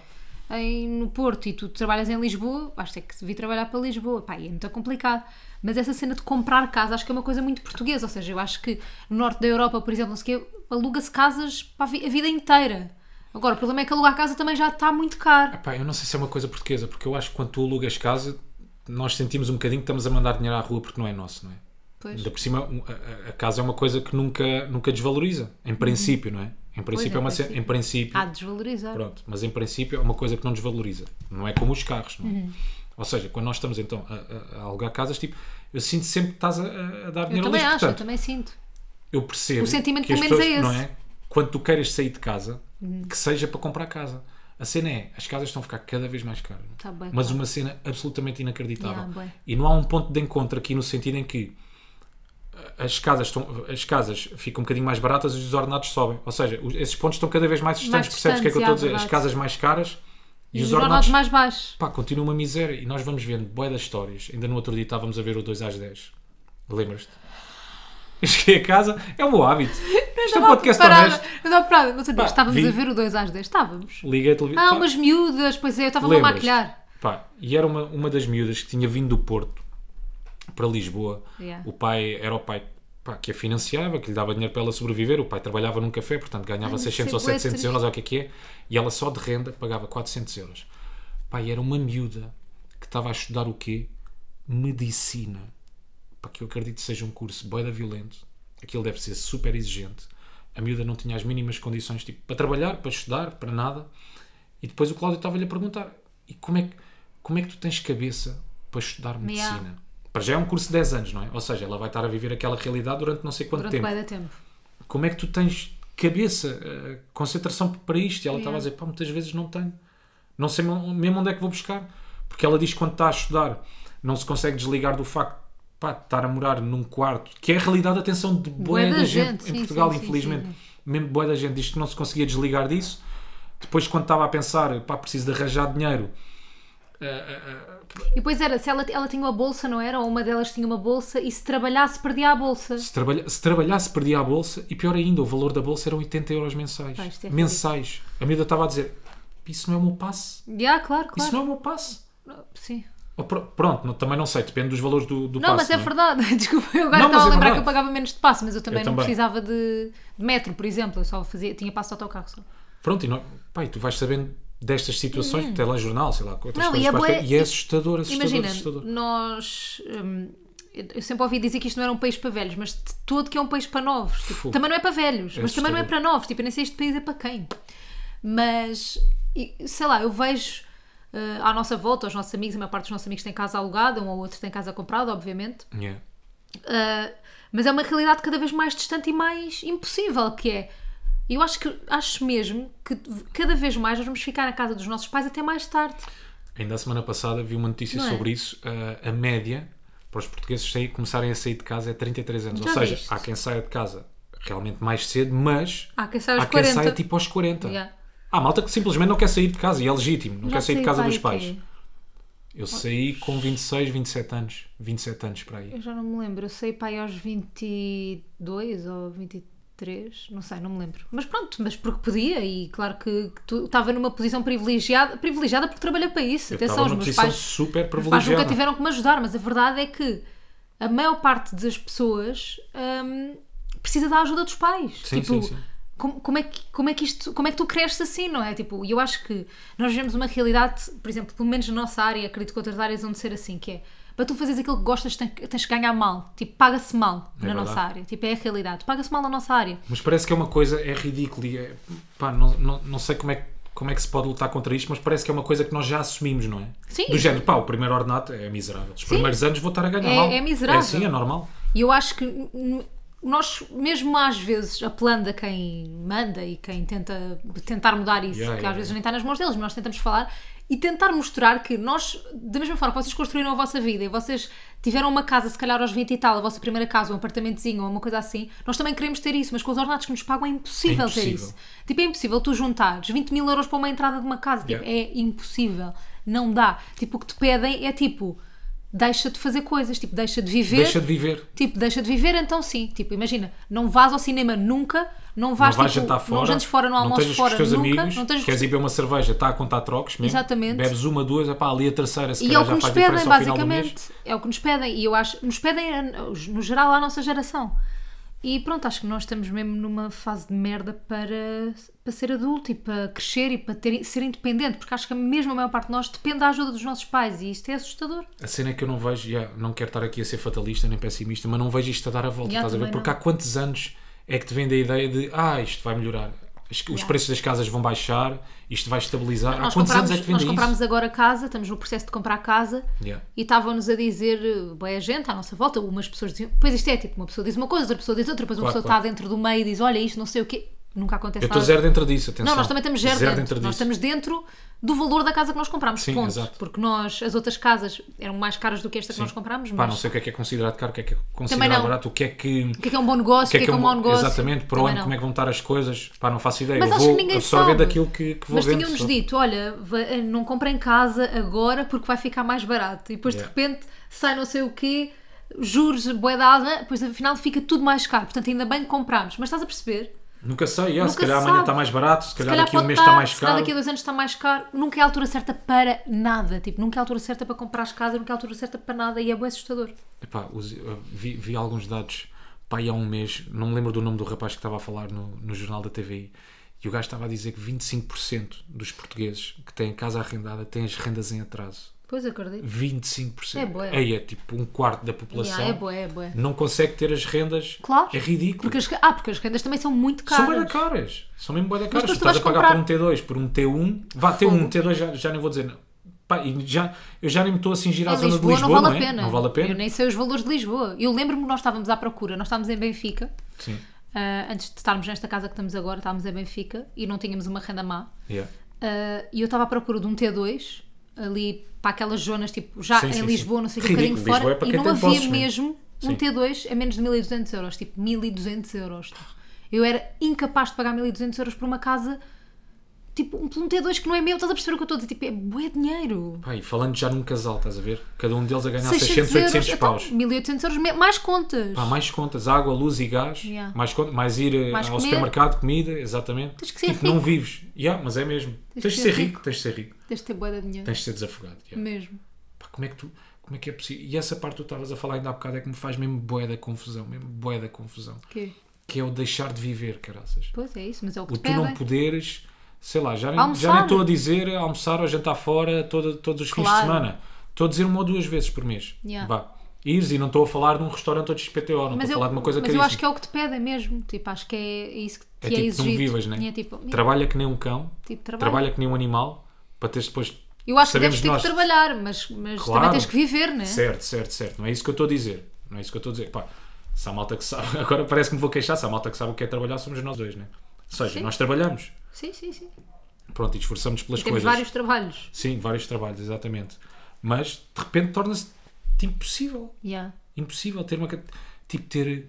[SPEAKER 1] em- no Porto e tu trabalhas em Lisboa, vais ter que vir trabalhar para Lisboa. Pá, e é muito complicado. Mas essa cena de comprar casa, acho que é uma coisa muito portuguesa. Ou seja, eu acho que no norte da Europa, por exemplo, não sei o quê, aluga-se casas para a, vi- a vida inteira. Agora, o problema é que alugar casa também já está muito caro.
[SPEAKER 2] Epá, eu não sei se é uma coisa portuguesa, porque eu acho que quando tu alugas casa, nós sentimos um bocadinho que estamos a mandar dinheiro à rua porque não é nosso, não é?
[SPEAKER 1] Pois.
[SPEAKER 2] Ainda por cima, um, a- a, a casa é uma coisa que nunca, nunca desvaloriza. Em princípio, não é? Em princípio
[SPEAKER 1] é,
[SPEAKER 2] é uma
[SPEAKER 1] em Ah.
[SPEAKER 2] cena. Em princípio.
[SPEAKER 1] Há de desvalorizar.
[SPEAKER 2] Pronto, mas em princípio é uma coisa que não desvaloriza. Não é como os carros, não é?
[SPEAKER 1] Uhum.
[SPEAKER 2] Ou seja, quando nós estamos então a, a- a alugar casas, tipo, eu sinto sempre que estás a, a- a dar
[SPEAKER 1] Eu
[SPEAKER 2] dinheiro a
[SPEAKER 1] também acho,
[SPEAKER 2] lixo.
[SPEAKER 1] eu
[SPEAKER 2] Portanto,
[SPEAKER 1] também sinto.
[SPEAKER 2] eu percebo.
[SPEAKER 1] O sentimento
[SPEAKER 2] que as
[SPEAKER 1] pelo menos
[SPEAKER 2] pessoas,
[SPEAKER 1] é
[SPEAKER 2] não
[SPEAKER 1] esse. Uhum.
[SPEAKER 2] é? Quando tu queiras sair de casa, que seja para comprar casa. A cena é, as casas estão a ficar cada vez mais caras.
[SPEAKER 1] Tá bem,
[SPEAKER 2] mas
[SPEAKER 1] claro.
[SPEAKER 2] uma cena absolutamente inacreditável.
[SPEAKER 1] Yeah, bué.
[SPEAKER 2] e não há um ponto de encontro aqui no sentido em que eh, as casas, estão, as casas ficam um bocadinho mais baratas e os ordenados sobem. Ou seja, os- esses pontos estão cada vez mais distantes. Percebes o que é que eu estou a
[SPEAKER 1] distantes, yeah,
[SPEAKER 2] dizer? As
[SPEAKER 1] verdade.
[SPEAKER 2] casas mais caras e,
[SPEAKER 1] E
[SPEAKER 2] os,
[SPEAKER 1] os
[SPEAKER 2] ordenados.
[SPEAKER 1] ornados mais baixos.
[SPEAKER 2] Pá, continua uma miséria. E nós vamos vendo boé das histórias. Ainda no outro dia estávamos a ver o 2 às 10. Lembras-te? Cheguei a casa, é o meu hábito. Isto é um podcast honesto.
[SPEAKER 1] Não estava parada. Não sabia.
[SPEAKER 2] Pá,
[SPEAKER 1] Estávamos
[SPEAKER 2] vi.
[SPEAKER 1] a ver o 2 às 10. Estávamos.
[SPEAKER 2] Liguei a televisão.
[SPEAKER 1] Ah,
[SPEAKER 2] Pá,
[SPEAKER 1] umas miúdas. Pois é, eu estava a
[SPEAKER 2] lembras-te?
[SPEAKER 1] maquilhar.
[SPEAKER 2] Pá, e era uma, uma das miúdas que tinha vindo do Porto para Lisboa.
[SPEAKER 1] Yeah.
[SPEAKER 2] O pai era o pai pá, que a financiava, que lhe dava dinheiro para ela sobreviver. O pai trabalhava num café, portanto
[SPEAKER 1] Ai,
[SPEAKER 2] ganhava
[SPEAKER 1] mas
[SPEAKER 2] 600
[SPEAKER 1] isso
[SPEAKER 2] ou
[SPEAKER 1] é bué
[SPEAKER 2] 700
[SPEAKER 1] triste.
[SPEAKER 2] euros, ou o que é que é. E ela só de renda pagava 400 euros. Pá, e era uma miúda que estava a estudar o quê? Medicina. Pá, que eu acredito que seja um curso boeda violento. Aquilo deve ser super exigente. A miúda não tinha as mínimas condições tipo, para trabalhar, para estudar, para nada. E depois o Cláudio estava-lhe a perguntar: e como é, que, como é que tu tens cabeça para estudar medicina? Para já é um curso de 10 anos, não é? Ou seja, ela vai estar a viver aquela realidade durante não sei quanto
[SPEAKER 1] Durante
[SPEAKER 2] tempo.
[SPEAKER 1] bem da tempo.
[SPEAKER 2] Como é que tu tens cabeça, eh, concentração para isto? E ela estava a
[SPEAKER 1] Yeah.
[SPEAKER 2] dizer: pá, muitas vezes não tenho. Não sei mo- mesmo onde é que vou buscar. Porque ela diz que quando está a estudar não se consegue desligar do facto pá, de estar a morar num quarto, que é a realidade, atenção, de boa
[SPEAKER 1] Bué
[SPEAKER 2] da,
[SPEAKER 1] da
[SPEAKER 2] gente,
[SPEAKER 1] gente,
[SPEAKER 2] em
[SPEAKER 1] sim,
[SPEAKER 2] Portugal,
[SPEAKER 1] sim, sim,
[SPEAKER 2] infelizmente.
[SPEAKER 1] sim.
[SPEAKER 2] Mesmo boa da gente diz que não se conseguia desligar disso. Depois, quando estava a pensar, pá, preciso de arranjar dinheiro,
[SPEAKER 1] E depois era, se ela, ela tinha uma bolsa, não era? Ou uma delas tinha uma bolsa e se trabalhasse, perdia a bolsa.
[SPEAKER 2] Se, trabalha, se trabalhasse, perdia a bolsa e pior ainda, o valor da bolsa eram 80 euros mensais.
[SPEAKER 1] Pá, isto é
[SPEAKER 2] mensais. A miúda estava a dizer: Isso não é o meu passe.
[SPEAKER 1] Já, claro,
[SPEAKER 2] Isso
[SPEAKER 1] claro.
[SPEAKER 2] não é o meu passe.
[SPEAKER 1] Sim.
[SPEAKER 2] Ou pro- pronto, não- também não sei, depende dos valores do, do
[SPEAKER 1] Não, mas
[SPEAKER 2] passe.
[SPEAKER 1] é
[SPEAKER 2] não
[SPEAKER 1] verdade. Desculpa, eu agora
[SPEAKER 2] Não, mas
[SPEAKER 1] estava a
[SPEAKER 2] é
[SPEAKER 1] lembrar
[SPEAKER 2] verdade.
[SPEAKER 1] que eu pagava menos de passo, mas eu também
[SPEAKER 2] Eu
[SPEAKER 1] não
[SPEAKER 2] também.
[SPEAKER 1] precisava de, de metro, por exemplo. Eu só fazia, tinha passo de autocarro só.
[SPEAKER 2] Pronto, e não, pai, tu vais sabendo destas situações, telejornal, sei lá, outras
[SPEAKER 1] Uhum. Não, e
[SPEAKER 2] coisas
[SPEAKER 1] é
[SPEAKER 2] que vais
[SPEAKER 1] bué-
[SPEAKER 2] ter, e é assustador, assustador,
[SPEAKER 1] Imagina,
[SPEAKER 2] assustador.
[SPEAKER 1] nós. hum, eu sempre ouvi dizer que isto não era um país para velhos, mas de todo que é um país para novos. Tipo,
[SPEAKER 2] Fogo.
[SPEAKER 1] também não é para velhos,
[SPEAKER 2] É
[SPEAKER 1] mas também não é
[SPEAKER 2] assustador.
[SPEAKER 1] para novos. Tipo, eu nem sei este país é para quem. Mas, e, sei lá, eu vejo eh, à nossa volta, os nossos amigos, a maior parte dos nossos amigos tem casa alugada, um ou outro tem casa comprada, obviamente.
[SPEAKER 2] Yeah.
[SPEAKER 1] Uh, mas é uma realidade cada vez mais distante e mais impossível que é. Eu acho que acho mesmo que cada vez mais nós vamos ficar na casa dos nossos pais até mais tarde.
[SPEAKER 2] Ainda a semana passada vi uma notícia
[SPEAKER 1] Não é?
[SPEAKER 2] sobre isso. Ah, A- a média para os portugueses sair- começarem a sair de casa é 33 anos.
[SPEAKER 1] Já
[SPEAKER 2] Ou seja,
[SPEAKER 1] viste?
[SPEAKER 2] há quem saia de casa realmente mais cedo, mas
[SPEAKER 1] Há quem saia aos
[SPEAKER 2] há quem
[SPEAKER 1] 40.
[SPEAKER 2] saia tipo aos 40.
[SPEAKER 1] Yeah.
[SPEAKER 2] Há malta que simplesmente não quer sair de casa e é legítimo, não
[SPEAKER 1] Já
[SPEAKER 2] quer
[SPEAKER 1] sei,
[SPEAKER 2] sair de casa
[SPEAKER 1] pá,
[SPEAKER 2] dos
[SPEAKER 1] e
[SPEAKER 2] pais.
[SPEAKER 1] quê?
[SPEAKER 2] Eu saí com 26, 27 anos. 27 anos para aí.
[SPEAKER 1] Eu já não me lembro, eu sei pai aos 22 ou 23, não sei, não me lembro. Mas pronto, mas porque podia e claro que que tu estava numa posição privilegiada, privilegiada porque trabalha para isso.
[SPEAKER 2] Eu
[SPEAKER 1] Atenção,
[SPEAKER 2] estava
[SPEAKER 1] os
[SPEAKER 2] numa
[SPEAKER 1] meus
[SPEAKER 2] posição
[SPEAKER 1] pais,
[SPEAKER 2] super
[SPEAKER 1] os pais nunca
[SPEAKER 2] privilegiada.
[SPEAKER 1] tiveram que me ajudar, mas a verdade é que a maior parte das pessoas hum, precisa da ajuda dos pais.
[SPEAKER 2] Sim,
[SPEAKER 1] tipo,
[SPEAKER 2] sim, sim.
[SPEAKER 1] como, como é que, como, é que isto, como é que tu cresces assim, não é? Tipo, eu acho que nós vivemos uma realidade, por exemplo, pelo menos na nossa área, acredito que outras áreas vão de ser assim, que é para tu fazeres aquilo que gostas tens, tens que ganhar mal, tipo, paga-se mal
[SPEAKER 2] É
[SPEAKER 1] na
[SPEAKER 2] verdade.
[SPEAKER 1] nossa área, tipo, é a realidade, paga-se mal na nossa área.
[SPEAKER 2] Mas parece que é uma coisa, é ridículo e é- pá, não, não, não sei como é, que- como é que se pode lutar contra isto, mas parece que é uma coisa que nós já assumimos, não é?
[SPEAKER 1] Sim.
[SPEAKER 2] Do género, pá, o primeiro ordenado é miserável. Os primeiros anos vou estar a ganhar
[SPEAKER 1] É-
[SPEAKER 2] mal.
[SPEAKER 1] é miserável.
[SPEAKER 2] É assim, é normal.
[SPEAKER 1] E eu acho que n- n- nós, mesmo às vezes, apelando a quem manda e quem tenta tentar mudar isso,
[SPEAKER 2] Yeah,
[SPEAKER 1] que
[SPEAKER 2] yeah,
[SPEAKER 1] às vezes
[SPEAKER 2] yeah.
[SPEAKER 1] nem está nas mãos deles, mas nós tentamos falar e tentar mostrar que nós, da mesma forma que vocês construíram a vossa vida e vocês tiveram uma casa, se calhar aos 20 e tal, a vossa primeira casa, um apartamentozinho ou uma coisa assim, nós também queremos ter isso, mas com os ordenados que nos pagam é impossível,
[SPEAKER 2] É impossível.
[SPEAKER 1] ter isso. Tipo, é impossível tu juntares 20 mil euros para uma entrada de uma casa. Tipo,
[SPEAKER 2] Yeah.
[SPEAKER 1] é impossível. Não dá. Tipo, o que te pedem é tipo, deixa de fazer coisas, tipo, deixa de viver.
[SPEAKER 2] Deixa de viver.
[SPEAKER 1] Tipo, deixa de viver, então sim. Tipo, imagina, não vás ao cinema nunca, não vás,
[SPEAKER 2] não vais
[SPEAKER 1] tipo,
[SPEAKER 2] jantar fora,
[SPEAKER 1] não jantes fora, não almoças
[SPEAKER 2] tens
[SPEAKER 1] fora
[SPEAKER 2] os teus
[SPEAKER 1] nunca,
[SPEAKER 2] amigos,
[SPEAKER 1] não tens os-
[SPEAKER 2] queres ir beber uma cerveja, está a contar trocos mesmo,
[SPEAKER 1] Exatamente.
[SPEAKER 2] bebes uma, duas, epá, ali a terceira se
[SPEAKER 1] E é
[SPEAKER 2] calhar
[SPEAKER 1] o que
[SPEAKER 2] já
[SPEAKER 1] nos
[SPEAKER 2] faz diferença
[SPEAKER 1] pedem,
[SPEAKER 2] ao final do mês.
[SPEAKER 1] basicamente. É o que nos pedem. E eu acho, nos pedem, a- no geral, à nossa geração. E pronto, acho que nós estamos mesmo numa fase de merda para, para ser adulto e para crescer e para ter, ser independente, porque acho que mesmo a maior parte de nós depende da ajuda dos nossos pais e isto é assustador.
[SPEAKER 2] A cena é que eu não vejo, yeah, não quero estar aqui a ser fatalista nem pessimista, mas não vejo isto a dar a volta,
[SPEAKER 1] Yeah,
[SPEAKER 2] estás a
[SPEAKER 1] também
[SPEAKER 2] ver? Porque
[SPEAKER 1] não.
[SPEAKER 2] há quantos anos é que te vende a ideia de ah, isto vai melhorar, As- os preços das casas vão baixar, isto vai estabilizar. há
[SPEAKER 1] Nós
[SPEAKER 2] quantos
[SPEAKER 1] comprámos,
[SPEAKER 2] anos é que te
[SPEAKER 1] nós
[SPEAKER 2] vende
[SPEAKER 1] comprámos
[SPEAKER 2] isso?
[SPEAKER 1] agora casa, estamos no processo de comprar casa
[SPEAKER 2] Yeah.
[SPEAKER 1] E estavam-nos a dizer, bem, a gente, à nossa volta, umas pessoas diziam, pois isto é tipo, uma pessoa diz uma coisa, outra pessoa diz outra, depois uma
[SPEAKER 2] Claro,
[SPEAKER 1] pessoa
[SPEAKER 2] claro.
[SPEAKER 1] está dentro do meio e diz, olha isto, não sei o quê, nunca acontece
[SPEAKER 2] Eu estou
[SPEAKER 1] nada.
[SPEAKER 2] zero dentro disso, atenção.
[SPEAKER 1] Não, nós também estamos zero, dentro. Nós estamos dentro do valor da casa que nós comprámos,
[SPEAKER 2] Sim,
[SPEAKER 1] ponto.
[SPEAKER 2] exato.
[SPEAKER 1] Porque nós, as outras casas eram mais caras do que esta que nós comprámos,
[SPEAKER 2] Pá,
[SPEAKER 1] mas
[SPEAKER 2] não sei o que é que é considerado caro, o que é que é
[SPEAKER 1] Também
[SPEAKER 2] considerado
[SPEAKER 1] não.
[SPEAKER 2] barato, o que é que...
[SPEAKER 1] o que é que é um bom negócio, o que é que é, um mau negócio.
[SPEAKER 2] Exatamente, para
[SPEAKER 1] Também
[SPEAKER 2] onde,
[SPEAKER 1] não.
[SPEAKER 2] como é que vão estar as coisas, pá, não faço ideia.
[SPEAKER 1] Mas
[SPEAKER 2] eu
[SPEAKER 1] acho
[SPEAKER 2] vou
[SPEAKER 1] que ninguém
[SPEAKER 2] absorver
[SPEAKER 1] sabe.
[SPEAKER 2] daquilo que, que vou
[SPEAKER 1] Mas
[SPEAKER 2] vendo.
[SPEAKER 1] tinham-nos
[SPEAKER 2] só.
[SPEAKER 1] dito, olha, va- eh, não comprem casa agora porque vai ficar mais barato. E depois
[SPEAKER 2] Yeah.
[SPEAKER 1] de repente sai não sei o quê, juros, bué da alma, depois afinal fica tudo mais caro. Portanto, ainda bem que comprámos. Mas estás a perceber?
[SPEAKER 2] Nunca sei, yeah, se
[SPEAKER 1] Nunca
[SPEAKER 2] calhar
[SPEAKER 1] se
[SPEAKER 2] amanhã
[SPEAKER 1] sabe.
[SPEAKER 2] está mais barato, se
[SPEAKER 1] Se
[SPEAKER 2] calhar,
[SPEAKER 1] calhar
[SPEAKER 2] daqui a um
[SPEAKER 1] pode
[SPEAKER 2] mês
[SPEAKER 1] estar,
[SPEAKER 2] está mais
[SPEAKER 1] se calhar
[SPEAKER 2] caro.
[SPEAKER 1] daqui a dois anos está mais caro. Nunca é a altura certa para nada. Tipo, nunca é a altura certa para comprar as casas, nunca é a altura certa para nada. E é bué assustador.
[SPEAKER 2] Epá, os- eu vi, vi alguns dados pá, aí há um mês, não me lembro do nome do rapaz que estava a falar no, no jornal da TVI, e o gajo estava a dizer que 25% dos portugueses que têm casa arrendada têm as rendas em atraso.
[SPEAKER 1] Pois acredito.
[SPEAKER 2] 25%.
[SPEAKER 1] É bué.
[SPEAKER 2] Aí é tipo um quarto da população.
[SPEAKER 1] Yeah, é bué, é bué.
[SPEAKER 2] Não consegue ter as rendas.
[SPEAKER 1] Claro.
[SPEAKER 2] É ridículo.
[SPEAKER 1] Porque as, ca- ah, porque as rendas também são muito
[SPEAKER 2] São bem
[SPEAKER 1] caras.
[SPEAKER 2] caras. São mesmo bem caras.
[SPEAKER 1] depois
[SPEAKER 2] Tu
[SPEAKER 1] tu
[SPEAKER 2] estás a
[SPEAKER 1] vais
[SPEAKER 2] pagar por um
[SPEAKER 1] comprar-
[SPEAKER 2] T2, por um T1. Vá, T1, T2 já, já nem vou dizer. Não. Pá, e já, eu já nem me estou a cingir à
[SPEAKER 1] Em
[SPEAKER 2] zona
[SPEAKER 1] Lisboa,
[SPEAKER 2] de Lisboa,
[SPEAKER 1] não vale
[SPEAKER 2] é?
[SPEAKER 1] a pena.
[SPEAKER 2] Não vale a pena.
[SPEAKER 1] Eu nem sei os valores de Lisboa. Eu lembro-me que nós estávamos à procura, nós estávamos em Benfica,
[SPEAKER 2] Sim.
[SPEAKER 1] ah, antes de estarmos nesta casa que estamos agora, estávamos em Benfica e não tínhamos uma renda má.
[SPEAKER 2] Yeah.
[SPEAKER 1] Ah, e eu estava à procura de um T2 ali para aquelas zonas, tipo, já
[SPEAKER 2] Sim,
[SPEAKER 1] em
[SPEAKER 2] sim, sim.
[SPEAKER 1] Lisboa, não sei o que, um
[SPEAKER 2] Ridículo,
[SPEAKER 1] bocadinho
[SPEAKER 2] Lisboa
[SPEAKER 1] fora,
[SPEAKER 2] é para
[SPEAKER 1] e
[SPEAKER 2] quem
[SPEAKER 1] não
[SPEAKER 2] tem
[SPEAKER 1] havia
[SPEAKER 2] posses mesmo.
[SPEAKER 1] mesmo um
[SPEAKER 2] Sim.
[SPEAKER 1] T2 a menos de 1200 euros, tipo 1200 euros. tipo. Eu era incapaz de pagar 1200 euros por uma casa, tipo, um, por um T2 que não é meu, estás a perceber o que eu estou a dizer? Tipo, é bué dinheiro.
[SPEAKER 2] Pá, e falando já num casal, estás a ver? Cada um deles a ganhar 600,
[SPEAKER 1] 600,
[SPEAKER 2] 800
[SPEAKER 1] euros,
[SPEAKER 2] paus.
[SPEAKER 1] Então, 1800 euros, me- mais contas.
[SPEAKER 2] Pá, mais contas, água, luz e gás.
[SPEAKER 1] Yeah.
[SPEAKER 2] Mais, contas, mais ir eh,
[SPEAKER 1] Mais
[SPEAKER 2] ao
[SPEAKER 1] comer.
[SPEAKER 2] supermercado, comida, exatamente.
[SPEAKER 1] Tens que ser
[SPEAKER 2] Tipo, Não vives. Yeah, mas é mesmo. Tens, de ser rico, tens de ser rico.
[SPEAKER 1] Tens de ter boa de dinheiro.
[SPEAKER 2] Tens de ser desafogado. yeah.
[SPEAKER 1] Mesmo.
[SPEAKER 2] Pá, como é que tu como é que é possível e essa parte que tu estavas a falar ainda há bocado é que me faz mesmo bué da confusão mesmo bué da confusão
[SPEAKER 1] Quê?
[SPEAKER 2] que é o deixar de viver caraças
[SPEAKER 1] Pois é isso, mas é o que
[SPEAKER 2] o
[SPEAKER 1] te
[SPEAKER 2] tu não
[SPEAKER 1] pedem.
[SPEAKER 2] poderes sei lá já nem,
[SPEAKER 1] Almoçar.
[SPEAKER 2] já nem estou a dizer almoçar ou jantar fora todo, todos os fins de
[SPEAKER 1] Claro.
[SPEAKER 2] semana estou a dizer uma ou duas vezes por mês
[SPEAKER 1] Yeah.
[SPEAKER 2] vá ires e não estou a falar de um restaurante ou de XPTO não estou a
[SPEAKER 1] mas eu,
[SPEAKER 2] falar de uma coisa
[SPEAKER 1] mas eu
[SPEAKER 2] caríssima.
[SPEAKER 1] acho que é o que te pedem mesmo. Tipo, acho que é isso que te
[SPEAKER 2] É
[SPEAKER 1] é,
[SPEAKER 2] tipo, não
[SPEAKER 1] exigido.
[SPEAKER 2] vivas, né?
[SPEAKER 1] E É tipo, é,
[SPEAKER 2] trabalha que nem um cão
[SPEAKER 1] tipo, trabalha.
[SPEAKER 2] trabalha que nem um animal para teres depois
[SPEAKER 1] Eu acho que deves
[SPEAKER 2] sabemos
[SPEAKER 1] ter
[SPEAKER 2] nós-
[SPEAKER 1] que trabalhar, mas, mas
[SPEAKER 2] Claro.
[SPEAKER 1] também tens que viver, né?
[SPEAKER 2] Certo, certo, certo. Não é isso que eu estou a dizer. Não é isso que eu estou a dizer. Pá, se há malta que sabe. Agora parece que me vou queixar. Se há malta que sabe o que é trabalhar, somos nós dois, né? Ou seja,
[SPEAKER 1] Sim.
[SPEAKER 2] nós trabalhamos.
[SPEAKER 1] Sim, sim, sim.
[SPEAKER 2] Pronto, e esforçamos pelas
[SPEAKER 1] Temos
[SPEAKER 2] coisas.
[SPEAKER 1] vários trabalhos.
[SPEAKER 2] Sim, vários trabalhos, exatamente. Mas de repente torna-se tipo, impossível.
[SPEAKER 1] Yeah.
[SPEAKER 2] Impossível ter uma. ca- Tipo, ter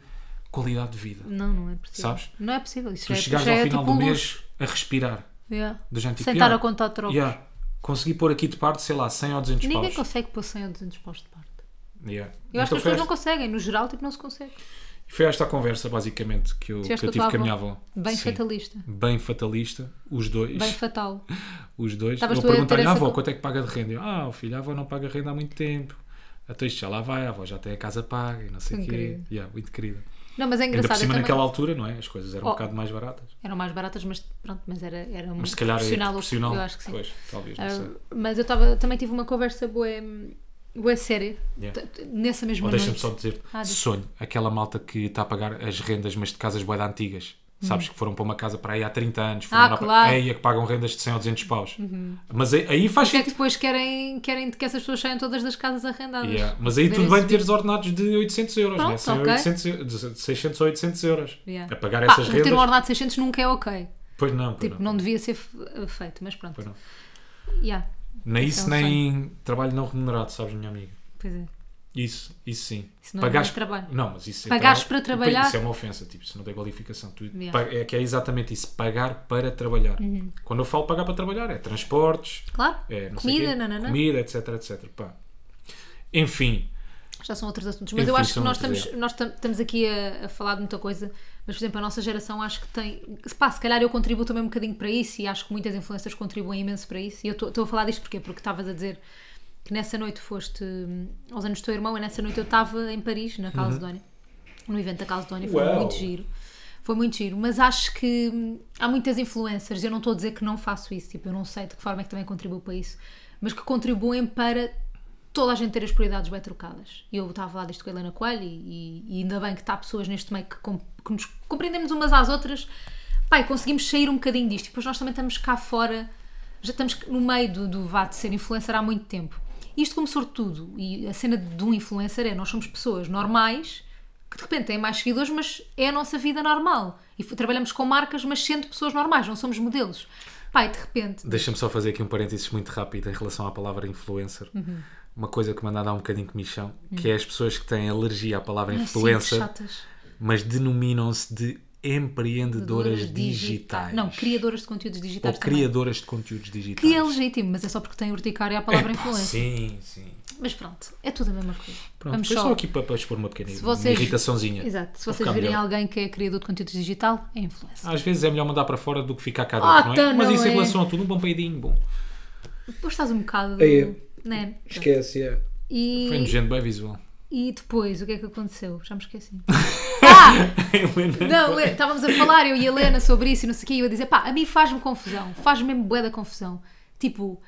[SPEAKER 2] qualidade de vida.
[SPEAKER 1] Não, não é possível.
[SPEAKER 2] Sabes?
[SPEAKER 1] Não é possível. Isso
[SPEAKER 2] Tu
[SPEAKER 1] já é,
[SPEAKER 2] chegares
[SPEAKER 1] já
[SPEAKER 2] ao
[SPEAKER 1] é
[SPEAKER 2] final
[SPEAKER 1] tipo
[SPEAKER 2] do
[SPEAKER 1] um
[SPEAKER 2] mês
[SPEAKER 1] luxo.
[SPEAKER 2] a respirar.
[SPEAKER 1] Yeah.
[SPEAKER 2] Do gente, tipo,
[SPEAKER 1] Sem estar
[SPEAKER 2] yeah,
[SPEAKER 1] a contar trocos.
[SPEAKER 2] yeah, consegui pôr aqui de parte, sei lá, 100 ou 200
[SPEAKER 1] Ninguém
[SPEAKER 2] paus.
[SPEAKER 1] consegue pôr 100 ou 200 paus de parte. Eu acho
[SPEAKER 2] Yeah.
[SPEAKER 1] que
[SPEAKER 2] Então
[SPEAKER 1] as
[SPEAKER 2] foi,
[SPEAKER 1] pessoas não
[SPEAKER 2] esta,
[SPEAKER 1] conseguem. No geral, tipo, não se consegue.
[SPEAKER 2] foi esta a conversa, basicamente, que eu, que eu
[SPEAKER 1] Tiveste
[SPEAKER 2] tive
[SPEAKER 1] com a tua
[SPEAKER 2] com a minha
[SPEAKER 1] avó.
[SPEAKER 2] avó.
[SPEAKER 1] Bem
[SPEAKER 2] Sim.
[SPEAKER 1] fatalista.
[SPEAKER 2] bem fatalista, os dois.
[SPEAKER 1] Bem fatal.
[SPEAKER 2] os dois.
[SPEAKER 1] Estavas
[SPEAKER 2] eu
[SPEAKER 1] tu a ter
[SPEAKER 2] perguntei-lhe,
[SPEAKER 1] essa
[SPEAKER 2] avó,
[SPEAKER 1] con-
[SPEAKER 2] "Ah, quanto é que paga de renda? Eu, ah, o filho, a avó não paga renda há muito tempo. Até isto já lá vai, a avó já tem a casa paga e não sei o
[SPEAKER 1] Muito
[SPEAKER 2] quê.
[SPEAKER 1] querida.
[SPEAKER 2] Yeah, muito querida.
[SPEAKER 1] Não, mas é
[SPEAKER 2] Ainda
[SPEAKER 1] engraçado.
[SPEAKER 2] por
[SPEAKER 1] eu
[SPEAKER 2] cima
[SPEAKER 1] também-
[SPEAKER 2] naquela altura, não é? As coisas eram
[SPEAKER 1] Oh.
[SPEAKER 2] um bocado mais baratas.
[SPEAKER 1] Eram mais baratas, mas pronto, mas era, era um
[SPEAKER 2] Mas se calhar é
[SPEAKER 1] profissional,
[SPEAKER 2] profissional.
[SPEAKER 1] Eu acho que sim.
[SPEAKER 2] Pois, talvez, não
[SPEAKER 1] Ah,
[SPEAKER 2] sei.
[SPEAKER 1] mas eu tava, também tive uma conversa boa, boa séria
[SPEAKER 2] Yeah.
[SPEAKER 1] t- t- nessa mesma
[SPEAKER 2] Ou
[SPEAKER 1] noite.
[SPEAKER 2] deixa-me só dizer
[SPEAKER 1] Ah, diz.
[SPEAKER 2] sonho, aquela malta que está a pagar as rendas, mas de casas boeda antigas. Sabes que foram para uma casa para aí há 30 anos, foram
[SPEAKER 1] Uhum. Ah,
[SPEAKER 2] lá para-
[SPEAKER 1] claro.
[SPEAKER 2] é aí é que pagam rendas de 100 ou 200 paus. Mas aí, aí faz
[SPEAKER 1] Porque é
[SPEAKER 2] sentido.
[SPEAKER 1] que depois querem, querem que essas pessoas saiam todas das casas arrendadas.
[SPEAKER 2] Yeah. Mas aí tudo
[SPEAKER 1] Verem-se
[SPEAKER 2] bem
[SPEAKER 1] bem.
[SPEAKER 2] teres ordenados de 800 euros, né?
[SPEAKER 1] Pronto,
[SPEAKER 2] 100 ou
[SPEAKER 1] ok.
[SPEAKER 2] 800 eu- de 600 ou 800 euros.
[SPEAKER 1] Yeah.
[SPEAKER 2] A pagar
[SPEAKER 1] Pá,
[SPEAKER 2] essas rendas.
[SPEAKER 1] ter um ordenado de 600 nunca é ok.
[SPEAKER 2] Pois não, pois
[SPEAKER 1] Tipo,
[SPEAKER 2] não.
[SPEAKER 1] não, devia ser fe- feito, mas pronto.
[SPEAKER 2] Pois não.
[SPEAKER 1] Yeah,
[SPEAKER 2] Nem
[SPEAKER 1] é
[SPEAKER 2] isso,
[SPEAKER 1] um
[SPEAKER 2] nem trabalho não remunerado, sabes, minha amiga?
[SPEAKER 1] pois é.
[SPEAKER 2] Isso, isso sim.
[SPEAKER 1] Isso não é
[SPEAKER 2] Pagares-
[SPEAKER 1] trabalho.
[SPEAKER 2] Não, mas isso é
[SPEAKER 1] Pagares
[SPEAKER 2] trabalho.
[SPEAKER 1] para trabalhar?
[SPEAKER 2] Isso é uma ofensa, tipo, isso não tem qualificação. Tu,
[SPEAKER 1] Yeah. Uhum.
[SPEAKER 2] pa- É que é exatamente isso, pagar para trabalhar. Quando eu falo pagar para trabalhar, é transportes,
[SPEAKER 1] Claro,
[SPEAKER 2] é, não sei
[SPEAKER 1] comida,
[SPEAKER 2] quê,
[SPEAKER 1] nananã.
[SPEAKER 2] comida, etc, etc. Pá. Enfim,
[SPEAKER 1] já são outros assuntos. Mas
[SPEAKER 2] Enfim,
[SPEAKER 1] eu acho que
[SPEAKER 2] são
[SPEAKER 1] nós
[SPEAKER 2] outros,
[SPEAKER 1] estamos, nós tam- estamos aqui a, a falar de muita coisa, mas por exemplo, a nossa geração acho que tem. Pá, se calhar eu contribuo também um bocadinho para isso e acho que muitas influências contribuem imenso para isso. E eu estou- estou a falar disto porquê? Porque estavas a dizer que nessa noite foste hum, aos anos do teu irmão e nessa noite eu estava em Paris,
[SPEAKER 2] Uhum.
[SPEAKER 1] na Calcedónia, no evento da Calcedónia, foi
[SPEAKER 2] Uau!
[SPEAKER 1] muito giro. Foi muito giro, mas acho que hum, há muitas influencers, eu não estou a dizer que não faço isso, tipo, eu não sei de que forma é que também contribuo para isso, mas que contribuem para toda a gente ter as prioridades bem trocadas. E eu estava a falar disto com a Helena Coelho e, e- e ainda bem que está pessoas neste meio que, com- que nos compreendemos umas às outras, pai, conseguimos sair um bocadinho disto. E depois nós também estamos cá fora, já estamos no meio do, do vá de ser influencer há muito tempo. Isto começou tudo, e a cena de um influencer é nós somos pessoas normais que de repente têm mais seguidores, mas é a nossa vida normal. E f- trabalhamos com marcas, mas sendo pessoas normais, não somos modelos. Pai, de repente.
[SPEAKER 2] deixa-me só fazer aqui um parênteses muito rápido em relação à palavra influencer.
[SPEAKER 1] Uhum.
[SPEAKER 2] Uma coisa que me anda a dar um bocadinho de michão, que é as pessoas que têm alergia à palavra
[SPEAKER 1] Hum. "Ai, sim, que
[SPEAKER 2] influencer,
[SPEAKER 1] chatas."
[SPEAKER 2] mas denominam-se de empreendedoras
[SPEAKER 1] Criadoras
[SPEAKER 2] digitais.
[SPEAKER 1] Não, criadoras de conteúdos digitais.
[SPEAKER 2] Ou
[SPEAKER 1] também.
[SPEAKER 2] criadoras de conteúdos digitais.
[SPEAKER 1] Que é legítimo, mas é só porque tem urticária à palavra
[SPEAKER 2] Epá,
[SPEAKER 1] influencer.
[SPEAKER 2] Sim, É, sim.
[SPEAKER 1] Mas pronto, é tudo a mesma coisa.
[SPEAKER 2] Pronto,
[SPEAKER 1] Vamos
[SPEAKER 2] foi
[SPEAKER 1] só.
[SPEAKER 2] só... aqui para, para expor uma pequena
[SPEAKER 1] Se vocês-
[SPEAKER 2] uma irritaçãozinha.
[SPEAKER 1] Exato. Se
[SPEAKER 2] Para
[SPEAKER 1] vocês
[SPEAKER 2] ficar
[SPEAKER 1] virem
[SPEAKER 2] melhor.
[SPEAKER 1] alguém que é criador de conteúdos digital, é influencer.
[SPEAKER 2] Às vezes é melhor mandar para fora do que ficar cá
[SPEAKER 1] Ah,
[SPEAKER 2] dentro, não é?
[SPEAKER 1] tá,
[SPEAKER 2] Mas
[SPEAKER 1] não
[SPEAKER 2] isso em
[SPEAKER 1] é.
[SPEAKER 2] relação a tudo, um bom peidinho, bom.
[SPEAKER 1] Depois estás um bocado.
[SPEAKER 2] Aí,
[SPEAKER 1] Né?
[SPEAKER 2] É, Esquece, é. Foi
[SPEAKER 1] E,
[SPEAKER 2] nojento, bem visual.
[SPEAKER 1] e depois, o que é que aconteceu? Já me esqueci. ah!
[SPEAKER 2] Helena,
[SPEAKER 1] Não, eu- estávamos a falar, eu e a Helena, sobre isso e não sei o quê, e eu a dizer, pá, a mim faz-me confusão, faz-me mesmo bué da confusão. Tipo,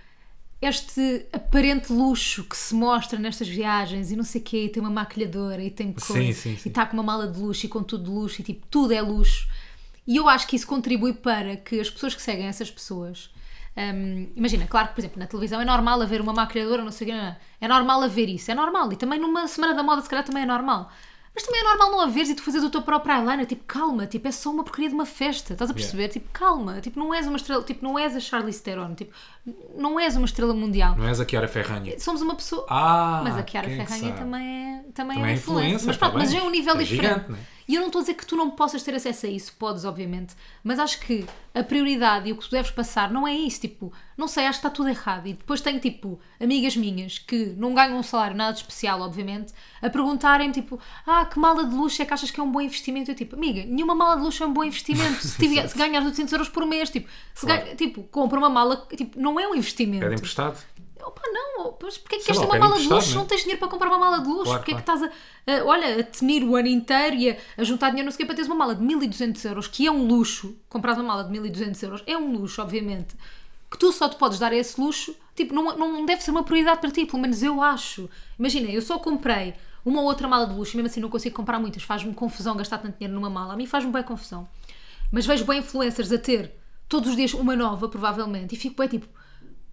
[SPEAKER 1] este aparente luxo que se mostra nestas viagens e não sei o quê, e tem uma maquilhadora e tem coisa,
[SPEAKER 2] Sim, sim,
[SPEAKER 1] e
[SPEAKER 2] sim.
[SPEAKER 1] está tá com uma mala de luxo e com tudo de luxo, e tipo, tudo é luxo. E eu acho que isso contribui para que as pessoas que seguem essas pessoas. hum, imagina, claro que, por exemplo, na televisão é normal haver uma maquilhadora, não sei o quê, não, não. é normal haver isso, é normal. E também numa semana da moda, se calhar, também é normal. Mas também é normal não haveres e tu fazeres o teu próprio eyeliner, tipo, calma, tipo, é só uma porcaria de uma festa, estás a perceber? Tipo, calma, tipo, não és uma estrela, tipo, não és a Charlize Theron, tipo, não és uma estrela mundial.
[SPEAKER 2] não é? és a Chiara Ferranha.
[SPEAKER 1] Somos uma pessoa...
[SPEAKER 2] Ah,
[SPEAKER 1] Mas a Chiara
[SPEAKER 2] quem é que
[SPEAKER 1] Ferranha
[SPEAKER 2] sabe?
[SPEAKER 1] também é, também é
[SPEAKER 2] Também
[SPEAKER 1] uma
[SPEAKER 2] é
[SPEAKER 1] influencer.
[SPEAKER 2] influencer,
[SPEAKER 1] Mas pronto,
[SPEAKER 2] tá
[SPEAKER 1] mas
[SPEAKER 2] bem.
[SPEAKER 1] é um nível
[SPEAKER 2] É
[SPEAKER 1] diferente.
[SPEAKER 2] gigante, não é?
[SPEAKER 1] E eu não estou a dizer que tu não possas ter acesso a isso, podes, obviamente, mas acho que a prioridade e o que tu deves passar não é isso. Tipo, não sei, acho que está tudo errado. E depois tenho, tipo, amigas minhas que não ganham um salário nada de especial, obviamente, a perguntarem, tipo, ah, que mala de luxo é que achas que é um bom investimento? Eu, tipo, amiga, nenhuma mala de luxo é um bom investimento. Se, tiver, se ganhares 800 euros por mês, tipo, se
[SPEAKER 2] Claro.
[SPEAKER 1] ganha- tipo, compra uma mala, tipo, não é um investimento.
[SPEAKER 2] Pede emprestado.
[SPEAKER 1] Opa, não, mas porque é que
[SPEAKER 2] Sei
[SPEAKER 1] queres
[SPEAKER 2] lá,
[SPEAKER 1] ter uma
[SPEAKER 2] pedem
[SPEAKER 1] mala de
[SPEAKER 2] emprestado,
[SPEAKER 1] luxo?
[SPEAKER 2] não é?
[SPEAKER 1] Não tens dinheiro para comprar uma mala de luxo?
[SPEAKER 2] Claro,
[SPEAKER 1] porque é que estás a, a- olha, a temer o ano inteiro e a, a juntar dinheiro, não sei o quê, para teres uma mala de 1200 euros, que é um luxo. Comprar uma mala de 1200 euros é um luxo, obviamente. Que tu só te podes dar a esse luxo, tipo, não, não deve ser uma prioridade para ti, pelo menos eu acho. Imagina, eu só comprei uma ou outra mala de luxo e mesmo assim não consigo comprar muitas. Faz-me confusão gastar tanto dinheiro numa mala. A mim faz-me bem confusão. Mas vejo bem influencers a ter todos os dias uma nova, provavelmente, e fico bem tipo,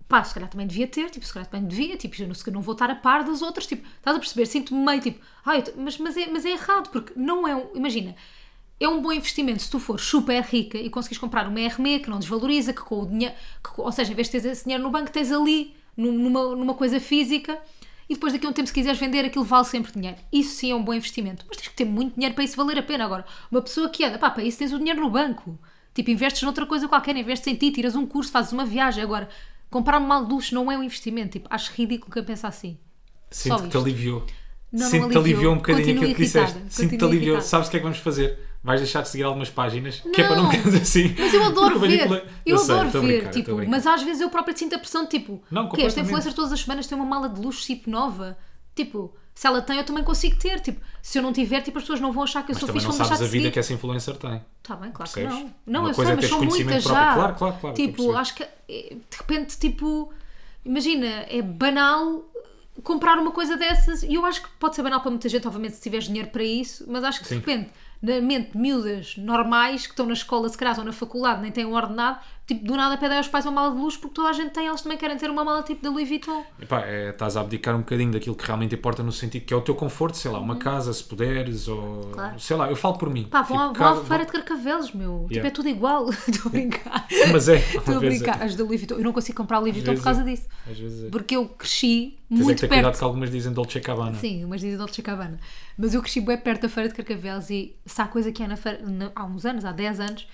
[SPEAKER 1] pá, se calhar também devia ter, tipo, se calhar também devia, tipo, eu não, se- não vou estar a par das outras, tipo, estás a perceber? Sinto-me meio, tipo, ai, eu te- mas, mas, é, mas é errado, porque não é um, imagina, é um bom investimento se tu fores super rica e conseguires comprar uma RME que não desvaloriza, que com o dinheiro, que com- ou seja, em vez de teres esse dinheiro no banco, tens ali, num- numa, numa coisa física, e depois daqui a um tempo, se quiseres vender, aquilo vale sempre dinheiro. Isso sim é um bom investimento, mas tens que ter muito dinheiro para isso valer a pena. Agora, uma pessoa que anda, pá, para isso tens o dinheiro no banco. Tipo, investes noutra coisa qualquer, investes em ti, tiras um curso, fazes uma viagem. Agora, comprar uma mala de luxo não é um investimento. Tipo, acho ridículo quem pensa assim.
[SPEAKER 2] Sinto
[SPEAKER 1] Só
[SPEAKER 2] que te
[SPEAKER 1] isto.
[SPEAKER 2] aliviou.
[SPEAKER 1] Não, não
[SPEAKER 2] Sinto que te
[SPEAKER 1] aliviou.
[SPEAKER 2] aliviou um bocadinho
[SPEAKER 1] Continuo
[SPEAKER 2] aquilo que
[SPEAKER 1] irritada,
[SPEAKER 2] disseste. Sinto que te
[SPEAKER 1] continuo
[SPEAKER 2] aliviou.
[SPEAKER 1] irritada.
[SPEAKER 2] Sabes o que é que vamos fazer? Vais deixar de seguir algumas páginas, que é para não
[SPEAKER 1] Não.
[SPEAKER 2] ficares assim.
[SPEAKER 1] Mas eu adoro ver.
[SPEAKER 2] manipula-
[SPEAKER 1] Eu,
[SPEAKER 2] sei,
[SPEAKER 1] adoro
[SPEAKER 2] estou a
[SPEAKER 1] ver,
[SPEAKER 2] brincar, estou a
[SPEAKER 1] tipo,
[SPEAKER 2] brincar.
[SPEAKER 1] mas às vezes eu própria sinto a pressão de tipo,
[SPEAKER 2] Não,
[SPEAKER 1] que esta
[SPEAKER 2] completamente.
[SPEAKER 1] influencer todas as semanas tem uma mala de luxo tipo nova. Tipo, se ela tem, eu também consigo ter. Tipo, se eu não tiver, tipo, as pessoas não vão achar que eu
[SPEAKER 2] Mas
[SPEAKER 1] sou
[SPEAKER 2] também
[SPEAKER 1] fixe,
[SPEAKER 2] não
[SPEAKER 1] vão deixar de
[SPEAKER 2] sabes a vida
[SPEAKER 1] seguir.
[SPEAKER 2] que essa influencer tem.
[SPEAKER 1] Tá bem, claro
[SPEAKER 2] Percebes?
[SPEAKER 1] que não. Não,
[SPEAKER 2] Uma
[SPEAKER 1] eu
[SPEAKER 2] coisa
[SPEAKER 1] sei, mas
[SPEAKER 2] é teres
[SPEAKER 1] são
[SPEAKER 2] conhecimento
[SPEAKER 1] muitas
[SPEAKER 2] próprio.
[SPEAKER 1] já.
[SPEAKER 2] Claro, claro, claro, estou
[SPEAKER 1] Tipo,
[SPEAKER 2] a perceber.
[SPEAKER 1] acho que eh, de repente, tipo, imagina, é banal comprar uma coisa dessas e eu acho que pode ser banal para muita gente, obviamente, se tiveres dinheiro para isso, mas acho que
[SPEAKER 2] Sim.
[SPEAKER 1] de repente, na mente de miúdas normais que estão na escola, se calhar, estão na faculdade, nem têm um ordenado, tipo, do nada pedem aos pais uma mala de luz porque toda a gente tem, eles também querem ter uma mala tipo da Louis Vuitton.
[SPEAKER 2] Epá, é, estás a abdicar um bocadinho daquilo que realmente importa no sentido que é o teu conforto, sei lá, uma casa, se puderes, ou
[SPEAKER 1] Uhum. Claro.
[SPEAKER 2] sei lá, eu falo por mim.
[SPEAKER 1] Pá, vão, à-
[SPEAKER 2] Tipo,
[SPEAKER 1] vão à
[SPEAKER 2] cada-
[SPEAKER 1] feira de carcavelos, meu. Tipo,
[SPEAKER 2] Yeah.
[SPEAKER 1] é tudo igual. Estou a brincar.
[SPEAKER 2] Mas é,
[SPEAKER 1] Estou a
[SPEAKER 2] às vezes
[SPEAKER 1] brincar. As da Louis Vuitton. Eu não consigo comprar Louis Vuitton
[SPEAKER 2] vezes
[SPEAKER 1] por causa
[SPEAKER 2] é.
[SPEAKER 1] disso.
[SPEAKER 2] Às vezes é.
[SPEAKER 1] Porque eu cresci
[SPEAKER 2] Tens é que
[SPEAKER 1] muito
[SPEAKER 2] ter
[SPEAKER 1] perto.
[SPEAKER 2] cuidado que algumas dizem Dolce Cabana.
[SPEAKER 1] Sim, umas dizem Dolce Cabana. Mas eu cresci bem perto da Feira de Carcavelos e se há coisa que há na feira, na- há uns anos, há 10 anos,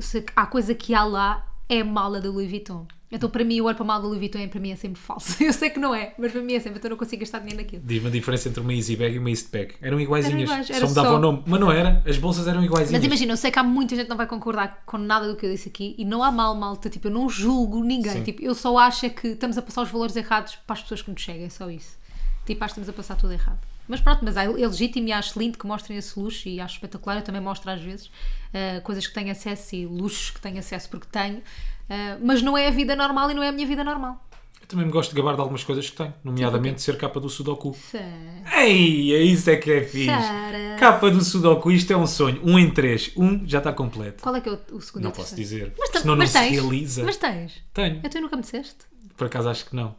[SPEAKER 1] se há coisa que há lá é a mala da Louis Vuitton. Então para mim, eu olho para a mala da Louis Vuitton e para mim é sempre falso. Eu sei que não é, mas para mim é sempre, então eu não consigo gastar dinheiro naquilo.
[SPEAKER 2] Diz-me a diferença entre uma Easy Bag e uma East Bag. Eram iguaizinhas,
[SPEAKER 1] iguais, era
[SPEAKER 2] só mudava
[SPEAKER 1] só-
[SPEAKER 2] o nome. Mas não era, as bolsas eram iguaizinhas.
[SPEAKER 1] Mas imagina, eu sei que há muita gente que não vai concordar com nada do que eu disse aqui e não há mal, malta. Tipo, eu não julgo ninguém.
[SPEAKER 2] Sim.
[SPEAKER 1] Tipo, eu só acho é que estamos a passar os valores errados para as pessoas que nos cheguem, é só isso. Tipo, acho que estamos a passar tudo errado. Mas pronto, mas é legítimo e acho lindo que mostrem esse luxo e acho espetacular. Eu também mostro às vezes ah, coisas que tenho acesso e luxos que tenho acesso porque tenho, ah, mas não é a vida normal e não é a minha vida normal.
[SPEAKER 2] Eu também me gosto de gabar de algumas coisas que tenho,
[SPEAKER 1] Tipo
[SPEAKER 2] nomeadamente ser capa do Sudoku.
[SPEAKER 1] Fé.
[SPEAKER 2] Ei, é isso é que é fixe.
[SPEAKER 1] Sara.
[SPEAKER 2] Capa do Sudoku, isto é um sonho. Um em três, um já está completo.
[SPEAKER 1] Qual é que é o, o segundo
[SPEAKER 2] Não
[SPEAKER 1] e o
[SPEAKER 2] posso
[SPEAKER 1] terceiro?
[SPEAKER 2] dizer,
[SPEAKER 1] Mas, tam-
[SPEAKER 2] senão não
[SPEAKER 1] mas
[SPEAKER 2] se
[SPEAKER 1] tens,
[SPEAKER 2] realiza.
[SPEAKER 1] Mas tens.
[SPEAKER 2] Tenho,
[SPEAKER 1] Eu tu nunca me disseste?
[SPEAKER 2] por acaso acho que não.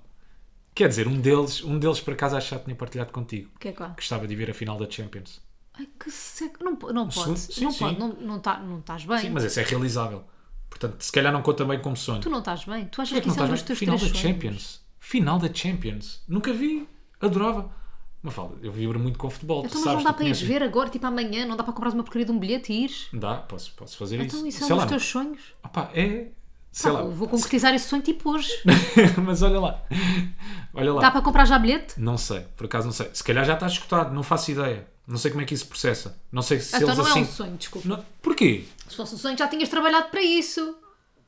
[SPEAKER 2] Quer dizer, um deles, um deles por acaso acho que já tinha partilhado contigo.
[SPEAKER 1] O que é qual?
[SPEAKER 2] Gostava de ver a final da Champions.
[SPEAKER 1] Ai, que seco. Não, po- não
[SPEAKER 2] segundo-
[SPEAKER 1] pode.
[SPEAKER 2] sim,
[SPEAKER 1] não
[SPEAKER 2] sim.
[SPEAKER 1] pode. Não, não, tá, não estás bem.
[SPEAKER 2] Sim, mas esse é realizável. Portanto, se calhar não conta bem como sonho.
[SPEAKER 1] Tu não estás bem. Tu achas
[SPEAKER 2] Porquê
[SPEAKER 1] que, isso é um
[SPEAKER 2] estás
[SPEAKER 1] dos
[SPEAKER 2] bem?
[SPEAKER 1] teus
[SPEAKER 2] Final
[SPEAKER 1] três
[SPEAKER 2] da
[SPEAKER 1] sonhos?
[SPEAKER 2] Champions. Final da Champions. Nunca vi. Adorava. Mas fala, eu vibro muito com futebol. tu
[SPEAKER 1] Então, mas
[SPEAKER 2] sabes,
[SPEAKER 1] não dá
[SPEAKER 2] tu
[SPEAKER 1] para ires
[SPEAKER 2] conheces.
[SPEAKER 1] ver agora, tipo amanhã, não dá para comprar uma porcaria de um bilhete e ires?
[SPEAKER 2] Dá, posso, posso fazer
[SPEAKER 1] Então isso
[SPEAKER 2] isso.
[SPEAKER 1] é
[SPEAKER 2] Sei
[SPEAKER 1] um
[SPEAKER 2] lá,
[SPEAKER 1] dos teus sonhos?
[SPEAKER 2] opá, é. Sei
[SPEAKER 1] Pá,
[SPEAKER 2] lá.
[SPEAKER 1] eu vou concretizar esse sonho tipo hoje.
[SPEAKER 2] mas olha lá. Olha lá.
[SPEAKER 1] Dá para comprar já bilhete?
[SPEAKER 2] Não sei, por acaso não sei. Se calhar já está escutado, não faço ideia. Não sei como é que isso processa. Não sei se
[SPEAKER 1] então
[SPEAKER 2] eles
[SPEAKER 1] não
[SPEAKER 2] assim.
[SPEAKER 1] é um sonho, desculpa.
[SPEAKER 2] Não- Porquê?
[SPEAKER 1] Se fosse um sonho já tinhas trabalhado para isso.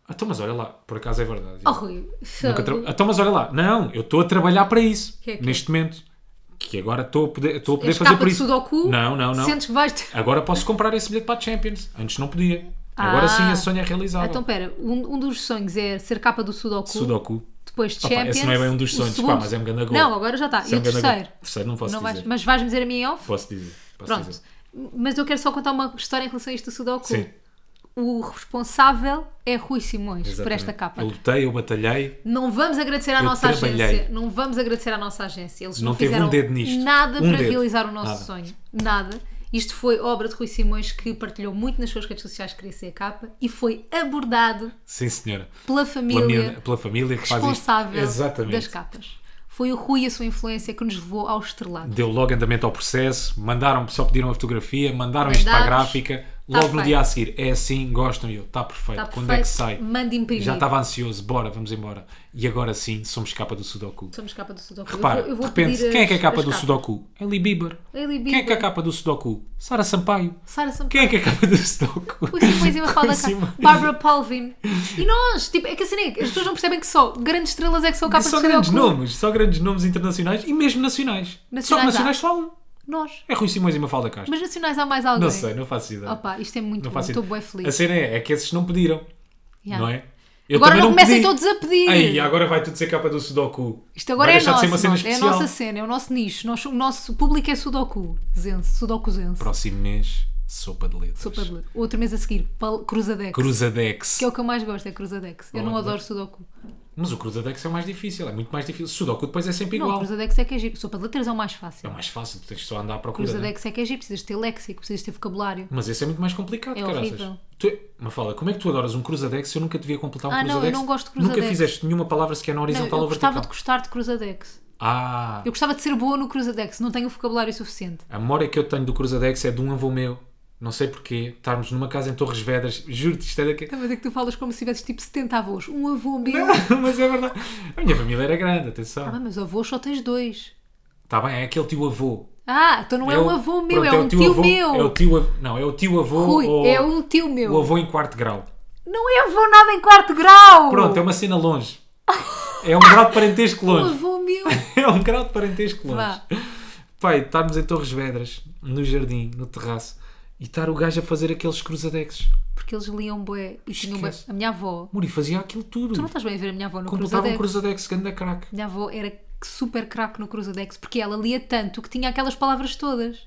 [SPEAKER 2] Ah, Então, mas olha lá, por acaso é verdade.
[SPEAKER 1] Oh, Rui.
[SPEAKER 2] Nunca
[SPEAKER 1] fogo.
[SPEAKER 2] tra- Ah, Então, mas olha lá, não, eu estou a trabalhar para isso
[SPEAKER 1] Que é que é?
[SPEAKER 2] neste momento. Que agora estou a poder, estou a poder
[SPEAKER 1] És
[SPEAKER 2] fazer
[SPEAKER 1] capa
[SPEAKER 2] por
[SPEAKER 1] de
[SPEAKER 2] isso.
[SPEAKER 1] Sudoku?
[SPEAKER 2] Não, não, não.
[SPEAKER 1] Sentes que vais... Ter...
[SPEAKER 2] Agora posso comprar esse bilhete para a Champions. Antes não podia. Agora
[SPEAKER 1] Ah.
[SPEAKER 2] sim, a sonho é realizável.
[SPEAKER 1] Então, pera. Um, um dos sonhos é ser capa do Sudoku.
[SPEAKER 2] Sudoku.
[SPEAKER 1] Depois
[SPEAKER 2] Opa,
[SPEAKER 1] Champions.
[SPEAKER 2] esse não é bem um dos
[SPEAKER 1] o
[SPEAKER 2] sonhos, pá,
[SPEAKER 1] segundo-
[SPEAKER 2] mas é um ganda gol.
[SPEAKER 1] Não, agora já está.
[SPEAKER 2] Isso
[SPEAKER 1] E
[SPEAKER 2] é
[SPEAKER 1] o
[SPEAKER 2] um grande gol.
[SPEAKER 1] terceiro?
[SPEAKER 2] Terceiro não posso
[SPEAKER 1] Não vais-
[SPEAKER 2] dizer.
[SPEAKER 1] Mas vais-me dizer a mim em off?
[SPEAKER 2] Posso dizer. Posso
[SPEAKER 1] Pronto.
[SPEAKER 2] dizer.
[SPEAKER 1] Mas eu quero só contar uma história em relação a isto do Sudoku.
[SPEAKER 2] Sim.
[SPEAKER 1] O responsável é Rui Simões por
[SPEAKER 2] Exatamente.
[SPEAKER 1] esta capa.
[SPEAKER 2] Eu lutei, eu batalhei.
[SPEAKER 1] Não vamos agradecer à
[SPEAKER 2] Eu
[SPEAKER 1] nossa
[SPEAKER 2] trabalhei.
[SPEAKER 1] agência. Não vamos agradecer à nossa agência. Eles não,
[SPEAKER 2] Não teve
[SPEAKER 1] fizeram
[SPEAKER 2] um dedo nisto.
[SPEAKER 1] nada
[SPEAKER 2] Um
[SPEAKER 1] para
[SPEAKER 2] dedo.
[SPEAKER 1] realizar o nosso
[SPEAKER 2] Nada.
[SPEAKER 1] sonho. Nada. Isto foi obra de Rui Simões que partilhou muito nas suas redes sociais que queria ser a capa e foi abordado
[SPEAKER 2] Sim, senhora.
[SPEAKER 1] pela
[SPEAKER 2] Pela,
[SPEAKER 1] família
[SPEAKER 2] minha- pela família que faz isto.
[SPEAKER 1] responsável
[SPEAKER 2] Exatamente.
[SPEAKER 1] das capas. Foi o Rui e a sua influência que nos levou ao estrelado.
[SPEAKER 2] Deu logo andamento ao processo, mandaram, só pediram a fotografia, mandaram isto para a
[SPEAKER 1] Mandámos.
[SPEAKER 2] gráfica,
[SPEAKER 1] Tá
[SPEAKER 2] logo no
[SPEAKER 1] feito.
[SPEAKER 2] dia a seguir. É assim, gostam e eu, está perfeito.
[SPEAKER 1] Está
[SPEAKER 2] Quando
[SPEAKER 1] perfeito.
[SPEAKER 2] é que sai?
[SPEAKER 1] Manda imprimir.
[SPEAKER 2] Já estava ansioso, bora, vamos embora. E agora sim, somos capa do Sudoku.
[SPEAKER 1] Somos capa do Sudoku.
[SPEAKER 2] Repara,
[SPEAKER 1] eu vou, eu vou
[SPEAKER 2] de repente,
[SPEAKER 1] pedir
[SPEAKER 2] quem é que é
[SPEAKER 1] as-
[SPEAKER 2] capa
[SPEAKER 1] as
[SPEAKER 2] do
[SPEAKER 1] capas.
[SPEAKER 2] Sudoku? Eli Bieber.
[SPEAKER 1] Hailey
[SPEAKER 2] Quem é que é
[SPEAKER 1] Bieber,
[SPEAKER 2] capa do Sudoku? Sara Sampaio.
[SPEAKER 1] Sara Sampaio.
[SPEAKER 2] Quem é que é capa do Sudoku?
[SPEAKER 1] Rui Simões e Mafalda
[SPEAKER 2] Rui Simões.
[SPEAKER 1] Castro. Barbara Palvin. E nós, tipo, é que assim, é que as pessoas não percebem que só grandes estrelas é que são capas
[SPEAKER 2] Só
[SPEAKER 1] de
[SPEAKER 2] grandes
[SPEAKER 1] Sudoku.
[SPEAKER 2] nomes, só grandes nomes internacionais e mesmo nacionais. só que
[SPEAKER 1] Nacionais há.
[SPEAKER 2] nacionais só há um.
[SPEAKER 1] Nós.
[SPEAKER 2] É Rui Simões e Mafalda Castro.
[SPEAKER 1] Mas nacionais há mais alguém.
[SPEAKER 2] Não sei, não faço ideia.
[SPEAKER 1] Opa, isto é muito
[SPEAKER 2] Não
[SPEAKER 1] bom.
[SPEAKER 2] faço
[SPEAKER 1] Estou
[SPEAKER 2] ideia.
[SPEAKER 1] bem
[SPEAKER 2] A
[SPEAKER 1] feliz.
[SPEAKER 2] cena é, é que esses não pediram,
[SPEAKER 1] Yeah.
[SPEAKER 2] não é? Eu
[SPEAKER 1] Agora
[SPEAKER 2] também
[SPEAKER 1] não comecem
[SPEAKER 2] pedi.
[SPEAKER 1] todos a pedir.
[SPEAKER 2] Ei, agora vai tudo ser capa do Sudoku.
[SPEAKER 1] Isto agora
[SPEAKER 2] vai
[SPEAKER 1] é
[SPEAKER 2] deixar
[SPEAKER 1] nosso.
[SPEAKER 2] de ser uma cena
[SPEAKER 1] malta. é a
[SPEAKER 2] especial.
[SPEAKER 1] nossa cena, é o nosso nicho. Nós- o nosso público é Sudoku. Zense, Sudoku Zense.
[SPEAKER 2] Próximo mês, sopa de letras.
[SPEAKER 1] Sopa de letra. Outro mês a seguir, pal- Cruzadex.
[SPEAKER 2] Cruzadex.
[SPEAKER 1] Que é o que eu mais gosto, é Cruzadex. Eu
[SPEAKER 2] Bom,
[SPEAKER 1] não
[SPEAKER 2] bom.
[SPEAKER 1] adoro Sudoku.
[SPEAKER 2] Mas o Cruzadex é o mais difícil, é muito mais difícil. Sudoku depois é sempre
[SPEAKER 1] Não,
[SPEAKER 2] igual.
[SPEAKER 1] Cruzadex é que é giro. Sopa de letras é o mais fácil.
[SPEAKER 2] É o mais fácil, tu tens que só andar à procura. né?
[SPEAKER 1] Cruzadex é que é giro. Precisas ter léxico, precisas ter vocabulário.
[SPEAKER 2] Mas esse é muito mais complicado,
[SPEAKER 1] É
[SPEAKER 2] caraças.
[SPEAKER 1] horrível.
[SPEAKER 2] Tu... Mas fala, como é que tu adoras um Cruzadex se eu nunca devia completar um
[SPEAKER 1] Ah, não, eu
[SPEAKER 2] Cruzadex?
[SPEAKER 1] não gosto de
[SPEAKER 2] Nunca
[SPEAKER 1] Cruzadex.
[SPEAKER 2] fizeste nenhuma palavra sequer na
[SPEAKER 1] Não,
[SPEAKER 2] horizontal
[SPEAKER 1] eu
[SPEAKER 2] é um ou vertical.
[SPEAKER 1] gostava de gostar de Cruzadex.
[SPEAKER 2] Ah,
[SPEAKER 1] Eu gostava de ser boa no Cruzadex, não tenho o vocabulário suficiente.
[SPEAKER 2] a memória que eu tenho do Cruzadex é de um avô meu. Não sei porquê, estarmos numa casa em Torres Vedras, juro-te, isto é daqui.
[SPEAKER 1] Mas é que tu falas como se tivesses tipo 70 avós. Um avô meu.
[SPEAKER 2] mas é verdade. A minha família era grande,
[SPEAKER 1] Ah,
[SPEAKER 2] atenção.
[SPEAKER 1] mas avô só tens dois.
[SPEAKER 2] Está bem, é aquele tio avô.
[SPEAKER 1] Ah, então não é,
[SPEAKER 2] o-
[SPEAKER 1] um avô meu,
[SPEAKER 2] pronto,
[SPEAKER 1] é um tio,
[SPEAKER 2] avô-
[SPEAKER 1] meu.
[SPEAKER 2] É o tio avô. Não, é o tio avô.
[SPEAKER 1] Rui,
[SPEAKER 2] ou
[SPEAKER 1] é um tio meu.
[SPEAKER 2] O avô em quarto grau.
[SPEAKER 1] Não é avô nada em quarto grau.
[SPEAKER 2] Pronto, é uma cena longe. É um grau de parentesco
[SPEAKER 1] Um
[SPEAKER 2] longe.
[SPEAKER 1] avô meu.
[SPEAKER 2] É um grau de parentesco longe.
[SPEAKER 1] Vá.
[SPEAKER 2] Pai, estarmos em Torres Vedras, no jardim, no terraço, e estar o gajo a fazer aqueles cruzadexes.
[SPEAKER 1] Porque eles liam bué e tinham bué.
[SPEAKER 2] Esquece.
[SPEAKER 1] A minha avó.
[SPEAKER 2] Muri, fazia aquilo tudo.
[SPEAKER 1] Tu não estás bem a ver a minha avó no
[SPEAKER 2] Completava um
[SPEAKER 1] cruzadex?
[SPEAKER 2] cruzadex, ganda craque.
[SPEAKER 1] Minha avó era super craque no cruzadex porque ela lia tanto que tinha aquelas palavras todas.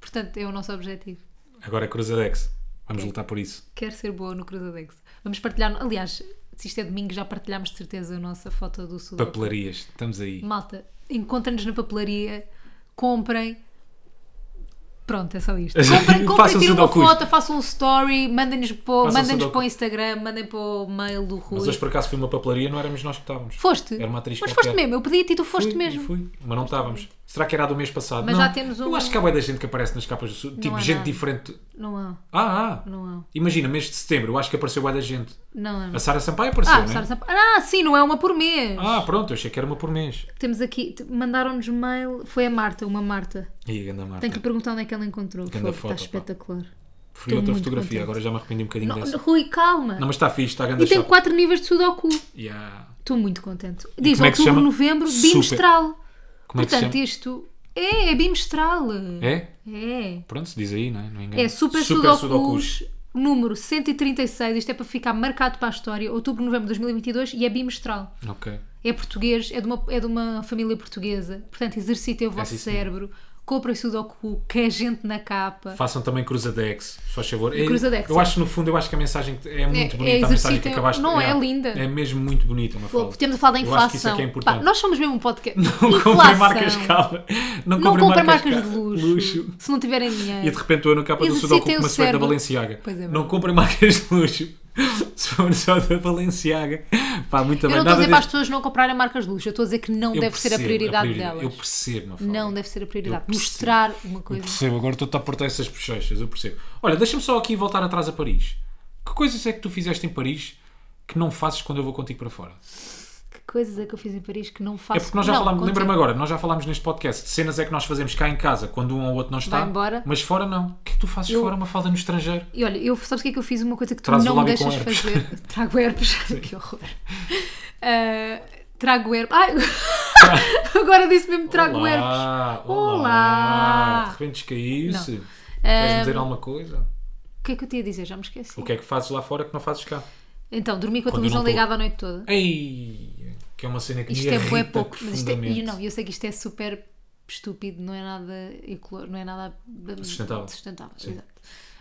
[SPEAKER 1] Portanto, é o nosso objetivo.
[SPEAKER 2] Agora é cruzadex. Vamos lutar por isso.
[SPEAKER 1] Quero ser boa no cruzadex. Vamos partilhar. Aliás, se isto é domingo, já partilhámos de certeza a nossa foto do sul.
[SPEAKER 2] Papelarias, estamos aí.
[SPEAKER 1] Malta, encontrem-nos na papelaria, comprem. Pronto, é só isto.
[SPEAKER 2] Façam
[SPEAKER 1] Comprem, comprem
[SPEAKER 2] Sudokus.
[SPEAKER 1] tirem uma foto, façam um story, mandem-nos para,
[SPEAKER 2] Façam
[SPEAKER 1] mandem
[SPEAKER 2] Sudoku.
[SPEAKER 1] para o Instagram, mandem para o mail do Rui.
[SPEAKER 2] Mas hoje por acaso foi uma papelaria, não éramos nós que estávamos.
[SPEAKER 1] Foste?
[SPEAKER 2] Era uma atriz
[SPEAKER 1] Mas
[SPEAKER 2] qualquer.
[SPEAKER 1] foste mesmo, eu pedi a ti, tu foste
[SPEAKER 2] Fui,
[SPEAKER 1] mesmo.
[SPEAKER 2] Fui, mas não estávamos. Será que era a do mês passado?
[SPEAKER 1] Mas
[SPEAKER 2] não.
[SPEAKER 1] já temos um-
[SPEAKER 2] Eu acho que há bué da gente que aparece nas capas do sul. Tipo,
[SPEAKER 1] há
[SPEAKER 2] gente
[SPEAKER 1] nada.
[SPEAKER 2] diferente.
[SPEAKER 1] Não há,
[SPEAKER 2] Ah, ah.
[SPEAKER 1] não há.
[SPEAKER 2] Imagina, mês de setembro, eu acho que apareceu bué da gente.
[SPEAKER 1] Não, não.
[SPEAKER 2] A Sara Sampaio apareceu,
[SPEAKER 1] Ah,
[SPEAKER 2] né?
[SPEAKER 1] Sara Sampaio. Ah, sim, não é uma por mês.
[SPEAKER 2] Ah, pronto, eu achei que era uma por mês.
[SPEAKER 1] Temos aqui, te- mandaram-nos mail, foi a Marta, uma Marta.
[SPEAKER 2] E a ganda marca.
[SPEAKER 1] Tenho que lhe perguntar onde é que ela encontrou.
[SPEAKER 2] Grande
[SPEAKER 1] Fogo,
[SPEAKER 2] foto,
[SPEAKER 1] está
[SPEAKER 2] pá.
[SPEAKER 1] espetacular.
[SPEAKER 2] Fui outra
[SPEAKER 1] muito
[SPEAKER 2] fotografia,
[SPEAKER 1] contente.
[SPEAKER 2] agora já me arrependi um bocadinho
[SPEAKER 1] Não,
[SPEAKER 2] dessa.
[SPEAKER 1] Rui, calma.
[SPEAKER 2] Não, mas está fixe, está a ganda
[SPEAKER 1] e tem
[SPEAKER 2] chapa.
[SPEAKER 1] quatro níveis de Sudoku.
[SPEAKER 2] Yeah.
[SPEAKER 1] Estou muito contente. Diz
[SPEAKER 2] como é que se
[SPEAKER 1] outubro,
[SPEAKER 2] chama?
[SPEAKER 1] novembro,
[SPEAKER 2] Super.
[SPEAKER 1] bimestral.
[SPEAKER 2] Como é que se
[SPEAKER 1] Portanto,
[SPEAKER 2] chama?
[SPEAKER 1] isto é, é bimestral.
[SPEAKER 2] É?
[SPEAKER 1] É.
[SPEAKER 2] Pronto, se diz aí, não é? Não engano.
[SPEAKER 1] É Super,
[SPEAKER 2] Super
[SPEAKER 1] Sudokus, número 136. Isto é para ficar marcado para a história. Outubro, novembro de 2022 e é bimestral.
[SPEAKER 2] Ok.
[SPEAKER 1] é português, é de uma, é de uma família portuguesa. Portanto, exercitem o vosso
[SPEAKER 2] É, sim, senhora.
[SPEAKER 1] cérebro, comprem Sudoku, que é gente na capa.
[SPEAKER 2] Façam também Cruzadex, se faz favor. É-
[SPEAKER 1] Cruzadex,
[SPEAKER 2] Eu
[SPEAKER 1] sim.
[SPEAKER 2] acho, no fundo, eu acho que a mensagem que- é muito
[SPEAKER 1] É- é
[SPEAKER 2] bonita. a mensagem que
[SPEAKER 1] exercitem-
[SPEAKER 2] acabaste
[SPEAKER 1] não, é
[SPEAKER 2] Yeah.
[SPEAKER 1] linda.
[SPEAKER 2] É mesmo muito bonita, uma
[SPEAKER 1] Pô, Temos a falar da
[SPEAKER 2] Eu
[SPEAKER 1] inflação.
[SPEAKER 2] acho que isso é que é importante.
[SPEAKER 1] Pá, nós somos mesmo um podcast.
[SPEAKER 2] Não comprem marcas cala. Não,
[SPEAKER 1] Não
[SPEAKER 2] comprem
[SPEAKER 1] comprem marcas,
[SPEAKER 2] ca-
[SPEAKER 1] de luxo, Se não tiverem dinheiro.
[SPEAKER 2] E de repente eu no capa do
[SPEAKER 1] Exercitem
[SPEAKER 2] Sudoku com
[SPEAKER 1] o
[SPEAKER 2] uma suéte da
[SPEAKER 1] cérebro.
[SPEAKER 2] Balenciaga.
[SPEAKER 1] Pois é,
[SPEAKER 2] não
[SPEAKER 1] verdade.
[SPEAKER 2] comprem marcas de luxo. Se for só da Balenciaga. Pá, muito
[SPEAKER 1] Eu
[SPEAKER 2] bem.
[SPEAKER 1] não estou a
[SPEAKER 2] Nada
[SPEAKER 1] dizer para as
[SPEAKER 2] deste-
[SPEAKER 1] pessoas não comprarem marcas de luxo. Eu estou a dizer que não
[SPEAKER 2] Eu
[SPEAKER 1] deve ser a
[SPEAKER 2] percebo
[SPEAKER 1] prioridade,
[SPEAKER 2] Eu
[SPEAKER 1] delas.
[SPEAKER 2] percebo, Mafalda.
[SPEAKER 1] Não deve ser a prioridade.
[SPEAKER 2] Eu percebo.
[SPEAKER 1] Mostrar uma coisa.
[SPEAKER 2] Percebo, agora estou-te a portar essas bochechas, eu percebo. Olha, deixa-me só aqui voltar atrás a Paris. Que coisas é que tu fizeste em Paris que não fazes quando eu vou contigo para fora?
[SPEAKER 1] Que coisas é que eu fiz em Paris que não faço?
[SPEAKER 2] É porque nós já
[SPEAKER 1] Não,
[SPEAKER 2] falámos,
[SPEAKER 1] contigo.
[SPEAKER 2] lembra-me agora, nós já falámos neste podcast de cenas é que nós fazemos cá em casa quando um ou outro não está,
[SPEAKER 1] Vai embora.
[SPEAKER 2] mas fora não. O que é que tu fazes
[SPEAKER 1] Eu-
[SPEAKER 2] fora uma falda no estrangeiro?
[SPEAKER 1] E olha, eu, sabes o que é que eu fiz? Uma coisa que tu
[SPEAKER 2] Trazes o
[SPEAKER 1] não me
[SPEAKER 2] lábio com
[SPEAKER 1] deixas
[SPEAKER 2] herpes.
[SPEAKER 1] fazer. Trago herpes. que horror. Ah, trago herpes. Ai, agora disse mesmo trago herpes.
[SPEAKER 2] olá,
[SPEAKER 1] Tá Olá.
[SPEAKER 2] olá. De repente descaiu-se.
[SPEAKER 1] Não.
[SPEAKER 2] Queres-me
[SPEAKER 1] Ahm,
[SPEAKER 2] dizer alguma coisa?
[SPEAKER 1] Ah, O que é que eu te ia dizer? Já me esqueci.
[SPEAKER 2] O que é que fazes lá fora que não fazes cá?
[SPEAKER 1] Então, dormi com a
[SPEAKER 2] Quando eu
[SPEAKER 1] televisão
[SPEAKER 2] não tô-
[SPEAKER 1] ligada a noite toda.
[SPEAKER 2] Ei, que é uma cena que
[SPEAKER 1] Isto
[SPEAKER 2] me
[SPEAKER 1] é
[SPEAKER 2] irrita
[SPEAKER 1] bué pouco. Mas isto é,
[SPEAKER 2] profundamente.
[SPEAKER 1] e não, eu sei que isto é super estúpido, não é nada ecolo- não é nada
[SPEAKER 2] Sustentável.
[SPEAKER 1] sustentável, exato.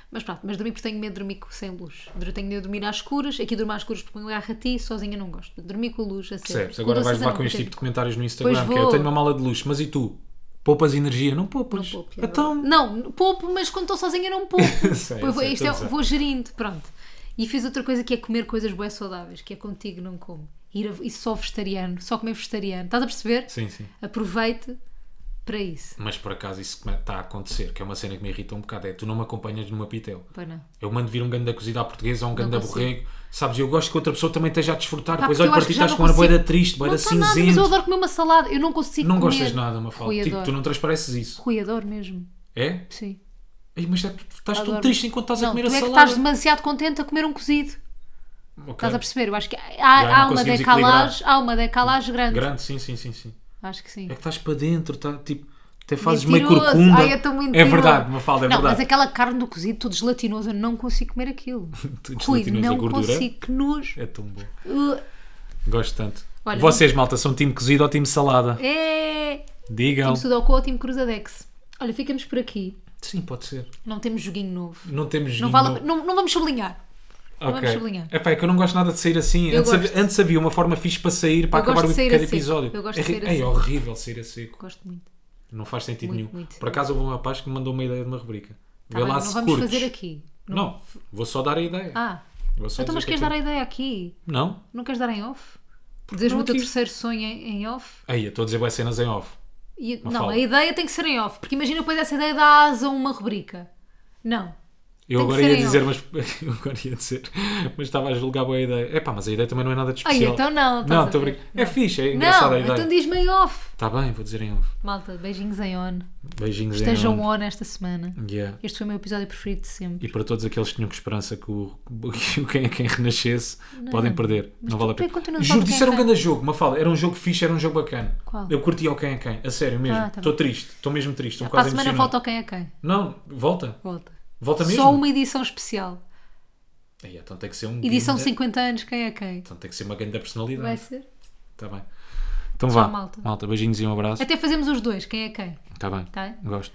[SPEAKER 1] Mas pronto, mas dormi porque tenho medo de dormir co- sem luz. Tenho medo de dormir às escuras. Aqui durmo às escuras porque me agarra a ti, sozinha não gosto. Dormir com luz, a sério.
[SPEAKER 2] Percebes? Agora
[SPEAKER 1] doce
[SPEAKER 2] vais
[SPEAKER 1] a
[SPEAKER 2] levar
[SPEAKER 1] não,
[SPEAKER 2] com este
[SPEAKER 1] tenho-
[SPEAKER 2] tipo de comentários no Instagram,
[SPEAKER 1] Pois
[SPEAKER 2] que é, eu
[SPEAKER 1] vou.
[SPEAKER 2] tenho uma mala de luxo, mas e tu? Poupas energia? Não
[SPEAKER 1] Não
[SPEAKER 2] poupas.
[SPEAKER 1] poupo, é
[SPEAKER 2] então,
[SPEAKER 1] verdade. Não, poupo, mas quando estou sozinha não poupo.
[SPEAKER 2] Sei,
[SPEAKER 1] Eu vou,
[SPEAKER 2] sei,
[SPEAKER 1] isto é-
[SPEAKER 2] estou a
[SPEAKER 1] vou gerindo, pronto. E fiz outra coisa que é comer coisas bué saudáveis, que é contigo não como. Ir a- e só vegetariano, só comer vegetariano. Estás a perceber?
[SPEAKER 2] sim, sim.
[SPEAKER 1] Aproveite para isso.
[SPEAKER 2] Mas por acaso isso come- está a acontecer, que é uma cena que me irrita um bocado, é tu não me acompanhas numa pitel.
[SPEAKER 1] Pois não.
[SPEAKER 2] Eu mando vir um grande da cozida à portuguesa ou um grande
[SPEAKER 1] consigo.
[SPEAKER 2] borrego, sabes? Eu gosto que outra pessoa também esteja a desfrutar,
[SPEAKER 1] Pá,
[SPEAKER 2] depois
[SPEAKER 1] porque
[SPEAKER 2] olho
[SPEAKER 1] eu
[SPEAKER 2] para
[SPEAKER 1] acho
[SPEAKER 2] ti
[SPEAKER 1] que já
[SPEAKER 2] estás
[SPEAKER 1] não
[SPEAKER 2] com uma
[SPEAKER 1] consigo-
[SPEAKER 2] boeda triste,
[SPEAKER 1] Não
[SPEAKER 2] boeda
[SPEAKER 1] está nada, mas eu
[SPEAKER 2] cinzento.
[SPEAKER 1] adoro comer uma salada. Eu não consigo
[SPEAKER 2] Não
[SPEAKER 1] comer.
[SPEAKER 2] gostas de nada, uma falta.
[SPEAKER 1] Rui,
[SPEAKER 2] Tipo,
[SPEAKER 1] adoro.
[SPEAKER 2] tu não transpareces isso.
[SPEAKER 1] Rui, adoro mesmo.
[SPEAKER 2] É?
[SPEAKER 1] Sim.
[SPEAKER 2] Ei, mas é que tu estás tão
[SPEAKER 1] Adoro.
[SPEAKER 2] triste enquanto estás a
[SPEAKER 1] Não, tu
[SPEAKER 2] comer
[SPEAKER 1] é
[SPEAKER 2] a
[SPEAKER 1] que
[SPEAKER 2] salada.
[SPEAKER 1] estás demasiado contente a comer um cozido.
[SPEAKER 2] Ok.
[SPEAKER 1] Estás a perceber? Eu acho que há,
[SPEAKER 2] não
[SPEAKER 1] há uma
[SPEAKER 2] conseguimos
[SPEAKER 1] decalagem, há uma decalagem grande.
[SPEAKER 2] Grande, sim, sim, sim, sim.
[SPEAKER 1] Acho que sim.
[SPEAKER 2] É que estás para dentro, tá, tipo, até fazes meio
[SPEAKER 1] É Mentiroso.
[SPEAKER 2] corcunda.
[SPEAKER 1] Ai, eu estou muito
[SPEAKER 2] é
[SPEAKER 1] mentiroso.
[SPEAKER 2] verdade, Mafalda, é
[SPEAKER 1] não,
[SPEAKER 2] verdade.
[SPEAKER 1] Mas aquela carne do cozido, tudo gelatinoso, eu não consigo comer aquilo.
[SPEAKER 2] Tudo
[SPEAKER 1] Rui,
[SPEAKER 2] gelatinoso, a
[SPEAKER 1] não
[SPEAKER 2] gordura.
[SPEAKER 1] consigo, que nojo.
[SPEAKER 2] É tão bom.
[SPEAKER 1] Uh,
[SPEAKER 2] Gosto tanto.
[SPEAKER 1] Olha,
[SPEAKER 2] Vocês, malta, são time cozido ou time salada?
[SPEAKER 1] é.
[SPEAKER 2] Digam.
[SPEAKER 1] Time Sudoku ou time Cruzadex? Olha, ficamos por aqui.
[SPEAKER 2] Sim, pode ser.
[SPEAKER 1] Não temos joguinho novo.
[SPEAKER 2] Não temos
[SPEAKER 1] Não, vale, a- não, não vamos sublinhar. vamos sublinhar.
[SPEAKER 2] É pá, é que eu não gosto nada de sair assim.
[SPEAKER 1] Eu
[SPEAKER 2] Antes, havia-
[SPEAKER 1] gosto.
[SPEAKER 2] antes havia uma forma fixe para sair, para
[SPEAKER 1] Eu
[SPEAKER 2] acabar
[SPEAKER 1] gosto de
[SPEAKER 2] o
[SPEAKER 1] sair a
[SPEAKER 2] cada
[SPEAKER 1] seco.
[SPEAKER 2] episódio.
[SPEAKER 1] Eu gosto
[SPEAKER 2] é,
[SPEAKER 1] de sair a
[SPEAKER 2] é
[SPEAKER 1] seco.
[SPEAKER 2] horrível sair a seco.
[SPEAKER 1] Gosto muito.
[SPEAKER 2] Não faz sentido
[SPEAKER 1] Muito,
[SPEAKER 2] nenhum.
[SPEAKER 1] muito.
[SPEAKER 2] Por acaso houve uma rapaz que me mandou uma ideia de uma rubrica.
[SPEAKER 1] Tá
[SPEAKER 2] Vê
[SPEAKER 1] bem,
[SPEAKER 2] lá
[SPEAKER 1] não
[SPEAKER 2] se
[SPEAKER 1] vamos
[SPEAKER 2] curtes.
[SPEAKER 1] fazer aqui.
[SPEAKER 2] Não, vou só dar a ideia.
[SPEAKER 1] Ah,
[SPEAKER 2] Vou só
[SPEAKER 1] então,
[SPEAKER 2] dizer
[SPEAKER 1] mas
[SPEAKER 2] o que é
[SPEAKER 1] queres
[SPEAKER 2] que
[SPEAKER 1] dar a
[SPEAKER 2] eu-
[SPEAKER 1] ideia aqui?
[SPEAKER 2] Não?
[SPEAKER 1] Não queres dar em off? Dizes-me
[SPEAKER 2] não
[SPEAKER 1] o teu
[SPEAKER 2] quis.
[SPEAKER 1] terceiro sonho em, em off?
[SPEAKER 2] Aí, eu estou a dizer boas cenas em off.
[SPEAKER 1] E-
[SPEAKER 2] Uma
[SPEAKER 1] não,
[SPEAKER 2] fala.
[SPEAKER 1] a ideia tem que ser em off, porque imagina depois essa ideia dá asa a uma rubrica. Não.
[SPEAKER 2] Eu
[SPEAKER 1] Tem que
[SPEAKER 2] agora
[SPEAKER 1] ser
[SPEAKER 2] ia
[SPEAKER 1] em
[SPEAKER 2] dizer, mas eu agora ia dizer, mas estava a julgar boa ideia. É pá, mas a ideia também não é nada de
[SPEAKER 1] Ai,
[SPEAKER 2] especial.
[SPEAKER 1] então não, estás
[SPEAKER 2] não,
[SPEAKER 1] a
[SPEAKER 2] estou a
[SPEAKER 1] ver.
[SPEAKER 2] brincar. É fixe, é engraçada
[SPEAKER 1] Não,
[SPEAKER 2] a ideia.
[SPEAKER 1] então diz-me em off.
[SPEAKER 2] Está bem, vou dizer em off.
[SPEAKER 1] Malta, beijinhos em on.
[SPEAKER 2] Beijinhos
[SPEAKER 1] Estejam
[SPEAKER 2] em off.
[SPEAKER 1] on esta semana.
[SPEAKER 2] Yeah.
[SPEAKER 1] Este foi o meu episódio preferido de sempre.
[SPEAKER 2] E para todos aqueles que tinham que esperança que, o, que o- quem, quem renascesse, podem perder.
[SPEAKER 1] Mas
[SPEAKER 2] não
[SPEAKER 1] tu
[SPEAKER 2] vale a
[SPEAKER 1] por que
[SPEAKER 2] pena.
[SPEAKER 1] continuas a falar
[SPEAKER 2] Juro,
[SPEAKER 1] de
[SPEAKER 2] isso
[SPEAKER 1] quem
[SPEAKER 2] era um
[SPEAKER 1] é quem?
[SPEAKER 2] grande jogo, uma fala. Era um jogo fixe, era um jogo bacana.
[SPEAKER 1] Qual?
[SPEAKER 2] Eu curti ao quem é quem, a sério mesmo.
[SPEAKER 1] Ah, tá bem.
[SPEAKER 2] Estou triste, estou mesmo triste, estou
[SPEAKER 1] Para a
[SPEAKER 2] quase
[SPEAKER 1] semana
[SPEAKER 2] emocionado.
[SPEAKER 1] volta ao quem é quem.
[SPEAKER 2] Não, volta.
[SPEAKER 1] Volta.
[SPEAKER 2] Volta mesmo.
[SPEAKER 1] Só uma edição especial.
[SPEAKER 2] Aí, então tem que ser um
[SPEAKER 1] Edição
[SPEAKER 2] grande-
[SPEAKER 1] 50 anos, quem é quem?
[SPEAKER 2] Então tem que ser uma grande
[SPEAKER 1] Vai
[SPEAKER 2] personalidade.
[SPEAKER 1] ser?
[SPEAKER 2] Está bem. Então
[SPEAKER 1] Tchau,
[SPEAKER 2] vá.
[SPEAKER 1] malta.
[SPEAKER 2] Malta. beijinhos e um abraço.
[SPEAKER 1] Até fazemos os dois, quem é quem?
[SPEAKER 2] Está bem.
[SPEAKER 1] Tá bem?
[SPEAKER 2] Gosto.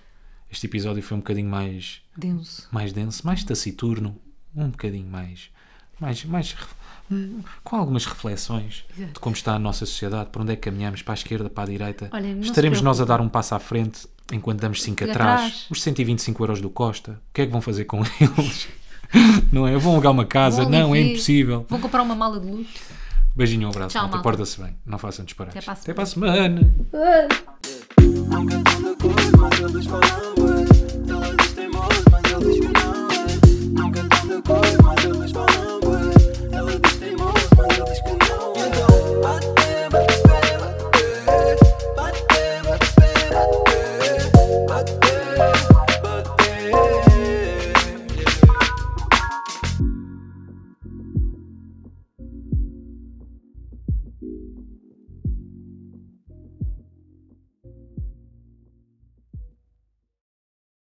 [SPEAKER 2] Este episódio foi um bocadinho mais,
[SPEAKER 1] Denso.
[SPEAKER 2] mais denso, mais taciturno, um bocadinho mais, mais, mais ref- hum, com algumas reflexões
[SPEAKER 1] Exato.
[SPEAKER 2] de como está a nossa sociedade, para onde é que caminhamos, para a esquerda, para a direita.
[SPEAKER 1] Olha, não se
[SPEAKER 2] Estaremos nós a
[SPEAKER 1] preocupe.
[SPEAKER 2] dar um passo à frente enquanto damos cinco
[SPEAKER 1] Fica
[SPEAKER 2] atrás.
[SPEAKER 1] atrás.
[SPEAKER 2] Os 125 euros do Costa, o que é que vão fazer com eles? Não é? Vão alugar uma casa?
[SPEAKER 1] Vão ali
[SPEAKER 2] não, é
[SPEAKER 1] ver.
[SPEAKER 2] impossível.
[SPEAKER 1] Vão comprar uma mala de luz.
[SPEAKER 2] Beijinho, um abraço.
[SPEAKER 1] Tchau,
[SPEAKER 2] malta.
[SPEAKER 1] malta.
[SPEAKER 2] Porta-se bem. Não façam disparates.
[SPEAKER 1] Até para a
[SPEAKER 2] Até para a semana.
[SPEAKER 3] Nunca tanta coisa, mas eles falam bué. Todas têm moças, mas eles que não é. Nunca tanta coisa,